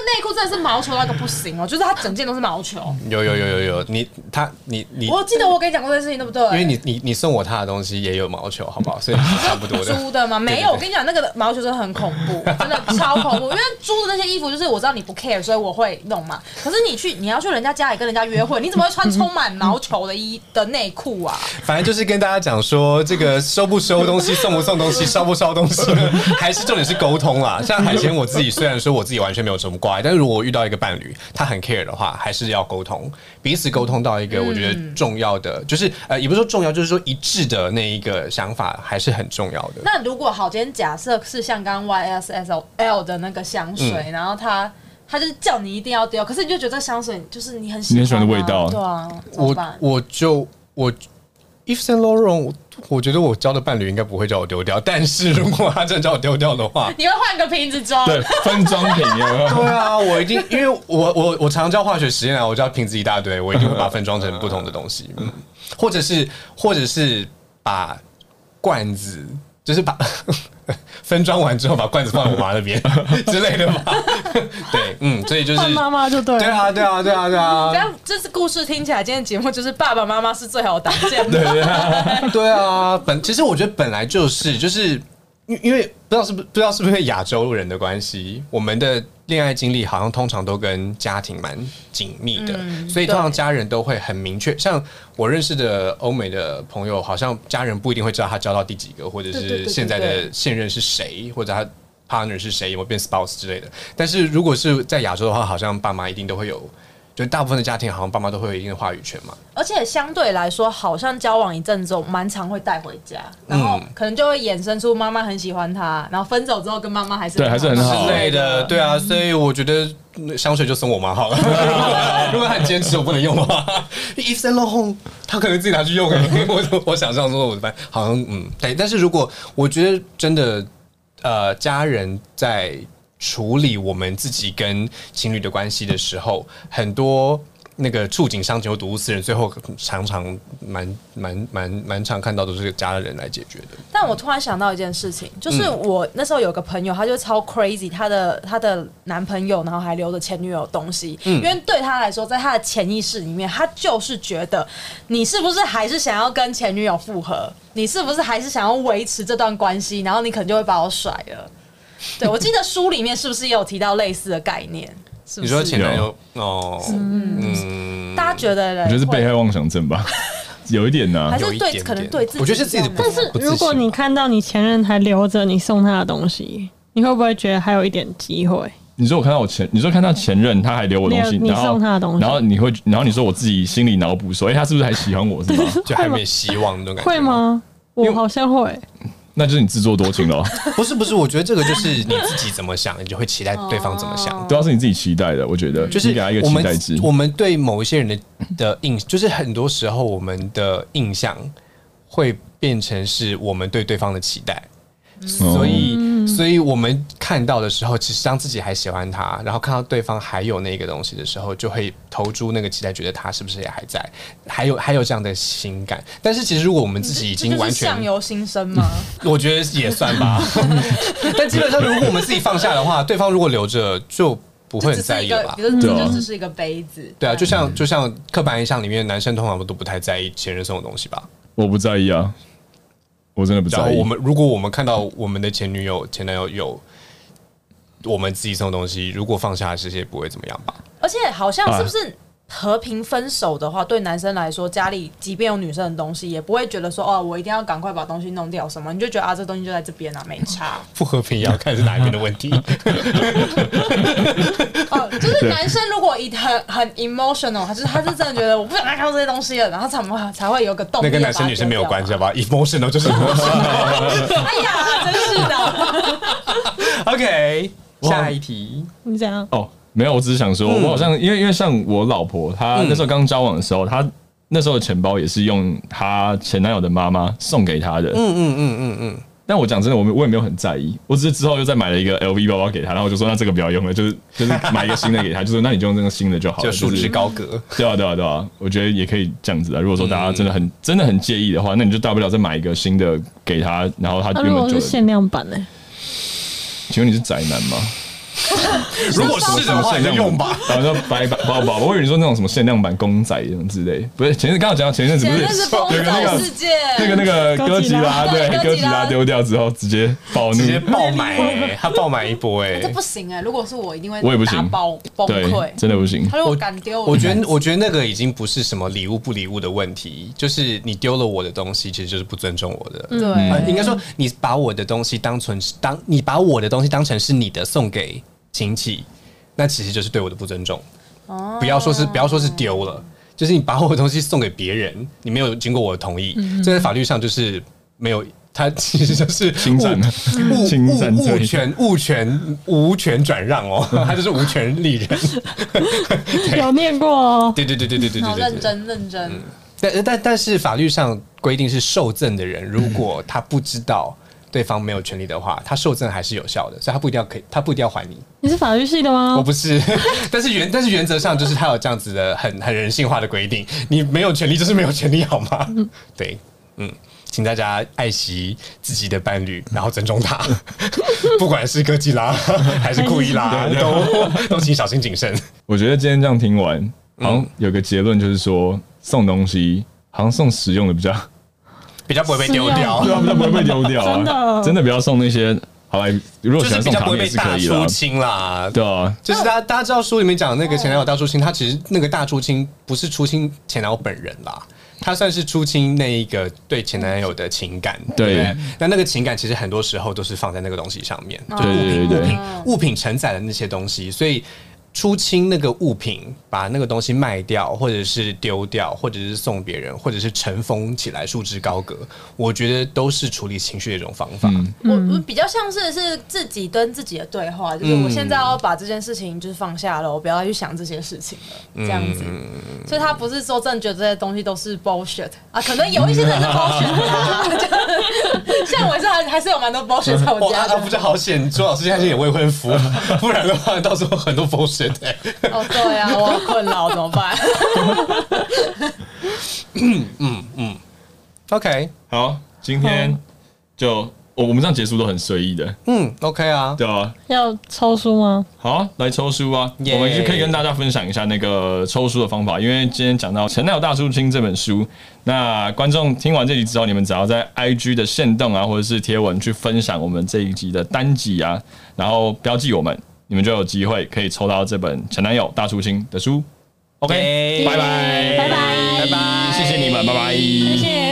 Speaker 5: 内裤真的是毛球那个不行哦，就是它整件都是毛球。
Speaker 6: 有有有有有，你他你你，
Speaker 5: 我
Speaker 6: 因
Speaker 5: 记得我跟你讲过这件事情，对不对？
Speaker 6: 为你你你送我他的东西也有毛球，好不好？所以是差 不多的。
Speaker 5: 租的吗？没有，我
Speaker 6: 对对对
Speaker 5: 跟你讲，那个毛球真的很恐 怖，真的超恐怖。因为租的那些衣服，就是我知道你不 care，所以我会弄嘛。可是你去，你要去人家家里跟人家约会，你怎么会穿充满毛球的衣的内 裤啊？
Speaker 6: 反正就是跟大家讲说，这个收不收东西，送不送东西，烧不烧东西， 还是重点是沟通啦。像海鲜，我自己虽然说我自己完全没有什么挂碍，但是如果我遇到一个伴侣，他很 care 的话，还是要沟通，彼此沟通到一个我觉得重要的，就是呃，也不是说重要，就是说一致的那一个想法还是很重要的。
Speaker 5: 那如果好，今天假设是像刚刚 YSSL 的那个香水，然后他他就是叫你一定要丢，可是你就觉得这香水就是你很喜
Speaker 3: 你
Speaker 5: 欢、啊、
Speaker 3: 很喜欢的味道
Speaker 5: 对啊，怎么
Speaker 6: 我
Speaker 5: 办？，
Speaker 6: 我就我 If s a n Lauren，我我觉得我交的伴侣应该不会叫我丢掉，但是如果他真的叫我丢掉的话
Speaker 5: 你会换个瓶子装？
Speaker 3: 对，分装品有没有？
Speaker 6: 对啊，我一定因为我我我常教化学实验啊，我教瓶子一大堆，我一定会把它分装成不同的东西，嗯或者是或者是把罐子，就是把分装完之后把罐子放在我妈那边 之类的吧。 对，嗯，所以就是
Speaker 4: 换妈妈就对
Speaker 6: 对
Speaker 4: 了，
Speaker 6: 啊，对啊，对啊，对啊
Speaker 5: 这，样，这次故事听起来，今天节目就是爸爸妈妈是最好的搭建。
Speaker 3: 对啊，
Speaker 6: 对啊，本其实我觉得本来就是就是因因为不知道是不不知道是不是因为亚洲人的关系，我们的恋爱经历好像通常都跟家庭蛮紧密的，
Speaker 5: 嗯
Speaker 6: 所以通常
Speaker 5: 对
Speaker 6: 家人都会很明确。像我认识的欧美的朋友，好像家人不一定会知道他交到第几个，或者
Speaker 5: 对对对
Speaker 6: 是
Speaker 5: 对
Speaker 6: 现在
Speaker 5: 对
Speaker 6: 的现任是谁，或者他。partner 是谁，有没有变 spouse 之类的。但是如果是在亚洲的话，好像爸妈一定都会有，就大部分的家庭好像爸妈都会有一定的话语权嘛。
Speaker 5: 而且相对来说，好像交往一阵子，我蛮常会带回家，然
Speaker 6: 嗯
Speaker 5: 后可能就会衍生出妈妈很喜欢他，然后分手之后跟妈妈还是
Speaker 3: 对还是很好
Speaker 5: 哦
Speaker 6: 之类的，
Speaker 5: 嗯
Speaker 6: 对啊，所以我觉得嗯香水就送我妈好了。 如果她很坚持我不能用的话，一生落红，她可能自己拿去用、欸。 我我想象中我的好像嗯对，但是如果我觉得真的呃家人在处理我们自己跟情侣的关系的时候，很多。那个触景伤情或睹物思人，最后常常蛮蛮蛮蛮常看到都是家人来解决的。
Speaker 5: 但我突然想到一件事情，就是
Speaker 6: 嗯
Speaker 5: 我那时候有个朋友，她就超 crazy，她的她的男朋友，然后还留着前女友的东西，
Speaker 6: 嗯
Speaker 5: 因为对她来说，在她的潜意识里面，她就是觉得你是不是还是想要跟前女友复合，你是不是还是想要维持这段关系，然后你可能就会把我甩了。对，我记得书里面是不是也有提到类似的概念？是不
Speaker 6: 你
Speaker 5: 是
Speaker 6: 说前男友哦，嗯，
Speaker 5: 大家觉得嘞？
Speaker 3: 我觉得是
Speaker 5: 会
Speaker 3: 被害妄想症吧，有一点啊呐、
Speaker 5: 还
Speaker 6: 有
Speaker 5: 是
Speaker 6: 一
Speaker 5: 对
Speaker 6: 点
Speaker 5: 可能
Speaker 6: 点
Speaker 5: 对自己，
Speaker 6: 我觉得是自己的不
Speaker 4: 但是
Speaker 6: 不自
Speaker 4: 如果
Speaker 6: 信
Speaker 4: 你
Speaker 6: 吧
Speaker 4: 看到你前任还留着你送他的东西，你会不会觉得还有一点机会？
Speaker 3: 你说我看到我前，你说看到前任他还留我东西，
Speaker 4: 你有
Speaker 3: 然后
Speaker 4: 你送他的东西
Speaker 3: 然后你会，然后你说我自己心里脑补说，哎、他是不是还喜欢我是吗？
Speaker 6: 就还没希望那种感觉。
Speaker 4: 会？吗？
Speaker 3: 啊
Speaker 4: 我好像会，
Speaker 3: 那就是你自作多情了，
Speaker 6: 不是不是，我觉得这个就是你自己怎么想，你就会期待对方怎么想。
Speaker 3: 啊都要是你自己期待的，我觉得
Speaker 6: 就是
Speaker 3: 你给他一个
Speaker 6: 我
Speaker 3: 期待
Speaker 6: 们
Speaker 3: 值，
Speaker 6: 我们对某一些人的的印，就是很多时候我们的印象会变成是我们对对方的期待。所以，所以我们看到的时候，其实当自己还喜欢他，然后看到对方还有那个东西的时候，就会投注那个期待，觉得他是不是也还在，还有还有这样的情感。但是，其实如果我们自己已
Speaker 5: 这
Speaker 6: 经
Speaker 5: 就是
Speaker 6: 完全
Speaker 5: 相由心生 吗？
Speaker 6: 我觉得也算吧。但基 本上，如果我们自己放下的话，对方如果留着就不会
Speaker 5: 这
Speaker 6: 很
Speaker 5: 只
Speaker 6: 在
Speaker 5: 是一
Speaker 6: 意了
Speaker 5: 个
Speaker 6: 吧，
Speaker 5: 比？如说这
Speaker 3: 对啊
Speaker 5: 就只是一个杯子。
Speaker 6: 对啊，就像就像刻板印象里面，男生通常都不太在意前任送的东西吧。
Speaker 3: 我不在意啊，我真的不
Speaker 6: 然
Speaker 3: 在
Speaker 6: 后
Speaker 3: 意。
Speaker 6: 我们如果我们看到我们的前女友、前男友有我们自己送的东西，如果放下这些不会怎么样吧？
Speaker 5: 而且好像是不是和平分手的话，对男生来说，家里即便有女生的东西，也不会觉得说哦，我一定要赶快把东西弄掉什么，你就觉得啊，这东西就在这边啊，没差。
Speaker 6: 不和平也要看是哪一边的问 题。
Speaker 5: 哦，就是男生如果一很很 emotional，他就是他是真的觉得我不想再看到这些东西了，然后才才会有个动力。
Speaker 6: 那跟男生女生没有关系，好。吧？emotional 就 是 emotional。
Speaker 5: 哎呀，真是的，
Speaker 6: OK，
Speaker 3: 哇
Speaker 6: 下一题。
Speaker 4: 你这样
Speaker 3: 哦，没有，我只是想说，我好像因为因为像我老婆，她那时候刚交往的时候，她那时候的钱包也是用她前男友的妈妈送给她的。嗯嗯嗯嗯嗯。但我讲真的，我没我也没有很在意，我只是之后又再买了一个 LV 包包给她，然后我就说那这个不要用了，就是就是买一个新的给她， 就是那你就用这个新的就好了，
Speaker 6: 就束
Speaker 3: 是
Speaker 6: 之 高阁，
Speaker 3: 对啊，对啊，对啊，我觉得也可以这样子啊。如果说大家真的很、真的很介意的话，那你就大不了再买一个新的给他，然后他
Speaker 4: 那、啊
Speaker 3: 原
Speaker 4: 如
Speaker 3: 本
Speaker 4: 果
Speaker 3: 就是
Speaker 4: 限量版欸呢、
Speaker 3: 请问你是宅男吗？
Speaker 6: 如果是的话，你就用吧。。
Speaker 3: 然后就白白包包，我以为你说那种什么限量版公仔这种之类，不是前阵刚好讲到前阵子不
Speaker 5: 简
Speaker 3: 是
Speaker 5: 直是疯
Speaker 3: 有个那
Speaker 5: 仔
Speaker 3: 个
Speaker 5: 世界。
Speaker 3: 那个那个哥
Speaker 4: 哥
Speaker 3: 吉
Speaker 4: 吉
Speaker 3: 拉
Speaker 4: 拉
Speaker 3: 对
Speaker 5: 对
Speaker 3: 哥
Speaker 5: 哥
Speaker 3: 吉
Speaker 5: 吉
Speaker 3: 拉
Speaker 5: 拉
Speaker 3: 丢掉之后直接暴怒
Speaker 6: 直，接爆买、欸， 他爆买一波哎、
Speaker 5: 这不行哎、如果是我，一定会
Speaker 3: 我也不行
Speaker 5: 打包崩
Speaker 3: 对
Speaker 5: 溃，。
Speaker 3: 真的不行。
Speaker 5: 他如果敢丢，
Speaker 6: 我觉得，我觉得那个已经不是什么礼物不礼物的问题，就是你丢了我的东西，其实就是不尊重我的。
Speaker 5: 对，
Speaker 6: 呃应该说你把我的东西当成是当你把我的东西当成是你的送给亲戚，那其实就是对我的不尊重。不要说是不要说是丢了，就是你把我的东西送给别人，你没有经过我的同意，这在法律上就是没有。它其实就是
Speaker 3: 侵占
Speaker 6: 物物
Speaker 3: 侵占
Speaker 6: 物
Speaker 3: 罪
Speaker 6: 物权物权无权转让哦，它就是无权利人。
Speaker 4: 有念过哦，
Speaker 6: 对对对对对对对
Speaker 5: 好
Speaker 6: 对对
Speaker 5: 认真认真，
Speaker 6: 但呃但但是法律上规定是受赠的人，如果他不知道对方没有权利的话，他受赠还是有效的，所以他不一定要可以，他不一定要还你。
Speaker 4: 你是法律系的
Speaker 6: 我
Speaker 4: 吗？
Speaker 6: 不是， 但是原但是原则上就是他有这样子的很很人性化的规定，你没有权利就是没有权利，好吗？对，嗯。请大家爱惜自己的伴侣，然后尊重他，不管是哥吉拉 还是库伊拉，都都请小心谨慎。
Speaker 3: 我觉得今天这样听完，好像有个结论就是说，送东西好像送实用的比较。
Speaker 6: 比较不会被丢掉
Speaker 3: 对，啊，那不会被丢掉啊！
Speaker 4: 真的
Speaker 3: 真的不要送那些。好啦，如果
Speaker 6: 就
Speaker 3: 喜
Speaker 6: 是
Speaker 3: 欢
Speaker 6: 比
Speaker 3: 送
Speaker 6: 较
Speaker 3: 卡
Speaker 6: 不会
Speaker 3: 片也
Speaker 6: 被
Speaker 3: 是可
Speaker 6: 大
Speaker 3: 以啦
Speaker 6: 出。清啦。
Speaker 3: 对啊，
Speaker 6: 就是大家大家知道书里面讲的那个前男友大出清，他其实那个大出清不是出清前男友本人啦，他算是出清那一个对前男友的情感。
Speaker 3: 对
Speaker 6: 不那那个情感其实很多时候都是放在那个东西上面，就
Speaker 3: 对对对对，
Speaker 6: 物品承载的那些东西，所以。出清那个物品，把那个东西卖掉，或者是丢掉，或者是送别人，或者是尘封起来，束之高阁，我觉得都是处理情绪的一种方法。
Speaker 5: 我我比较像是是自己跟自己的对话，就是我现在要把这件事情就是放下了，我不要再去想这些事情了，这样子。所以他不是说真的觉得这些东西都是 bullshit 啊，可能有一些真的是 bullshit 啦， 就是像我是还还是有蛮多 bullshit 在我
Speaker 6: 哇，
Speaker 5: 家
Speaker 6: 啊
Speaker 5: 的
Speaker 6: 啊不。是好险，朱老师现在是有未婚夫，不然的话，到时候很多 bullshit 欸、
Speaker 5: 哦，对啊，我好困扰，怎么办？
Speaker 6: OK，
Speaker 3: 好，今天就我我们这样结束都很随意的，
Speaker 6: 嗯，OK 啊，
Speaker 3: 对啊。
Speaker 4: 要抽书吗？
Speaker 3: 好啊，来抽书啊！
Speaker 6: 耶
Speaker 3: 我们就可以跟大家分享一下那个抽书的方法，因为今天讲到《陈老大叔经》这本书，那观众听完这集之后，你们只要在 IG 的线动啊，或者是贴文去分享我们这一集的单集啊，然后标记我们，你们就有机会可以抽到这本《前男友大叔经》的书。OK，
Speaker 6: 耶
Speaker 3: 拜拜，
Speaker 4: 拜拜
Speaker 3: 拜拜，谢谢你们，拜拜，
Speaker 4: 谢谢。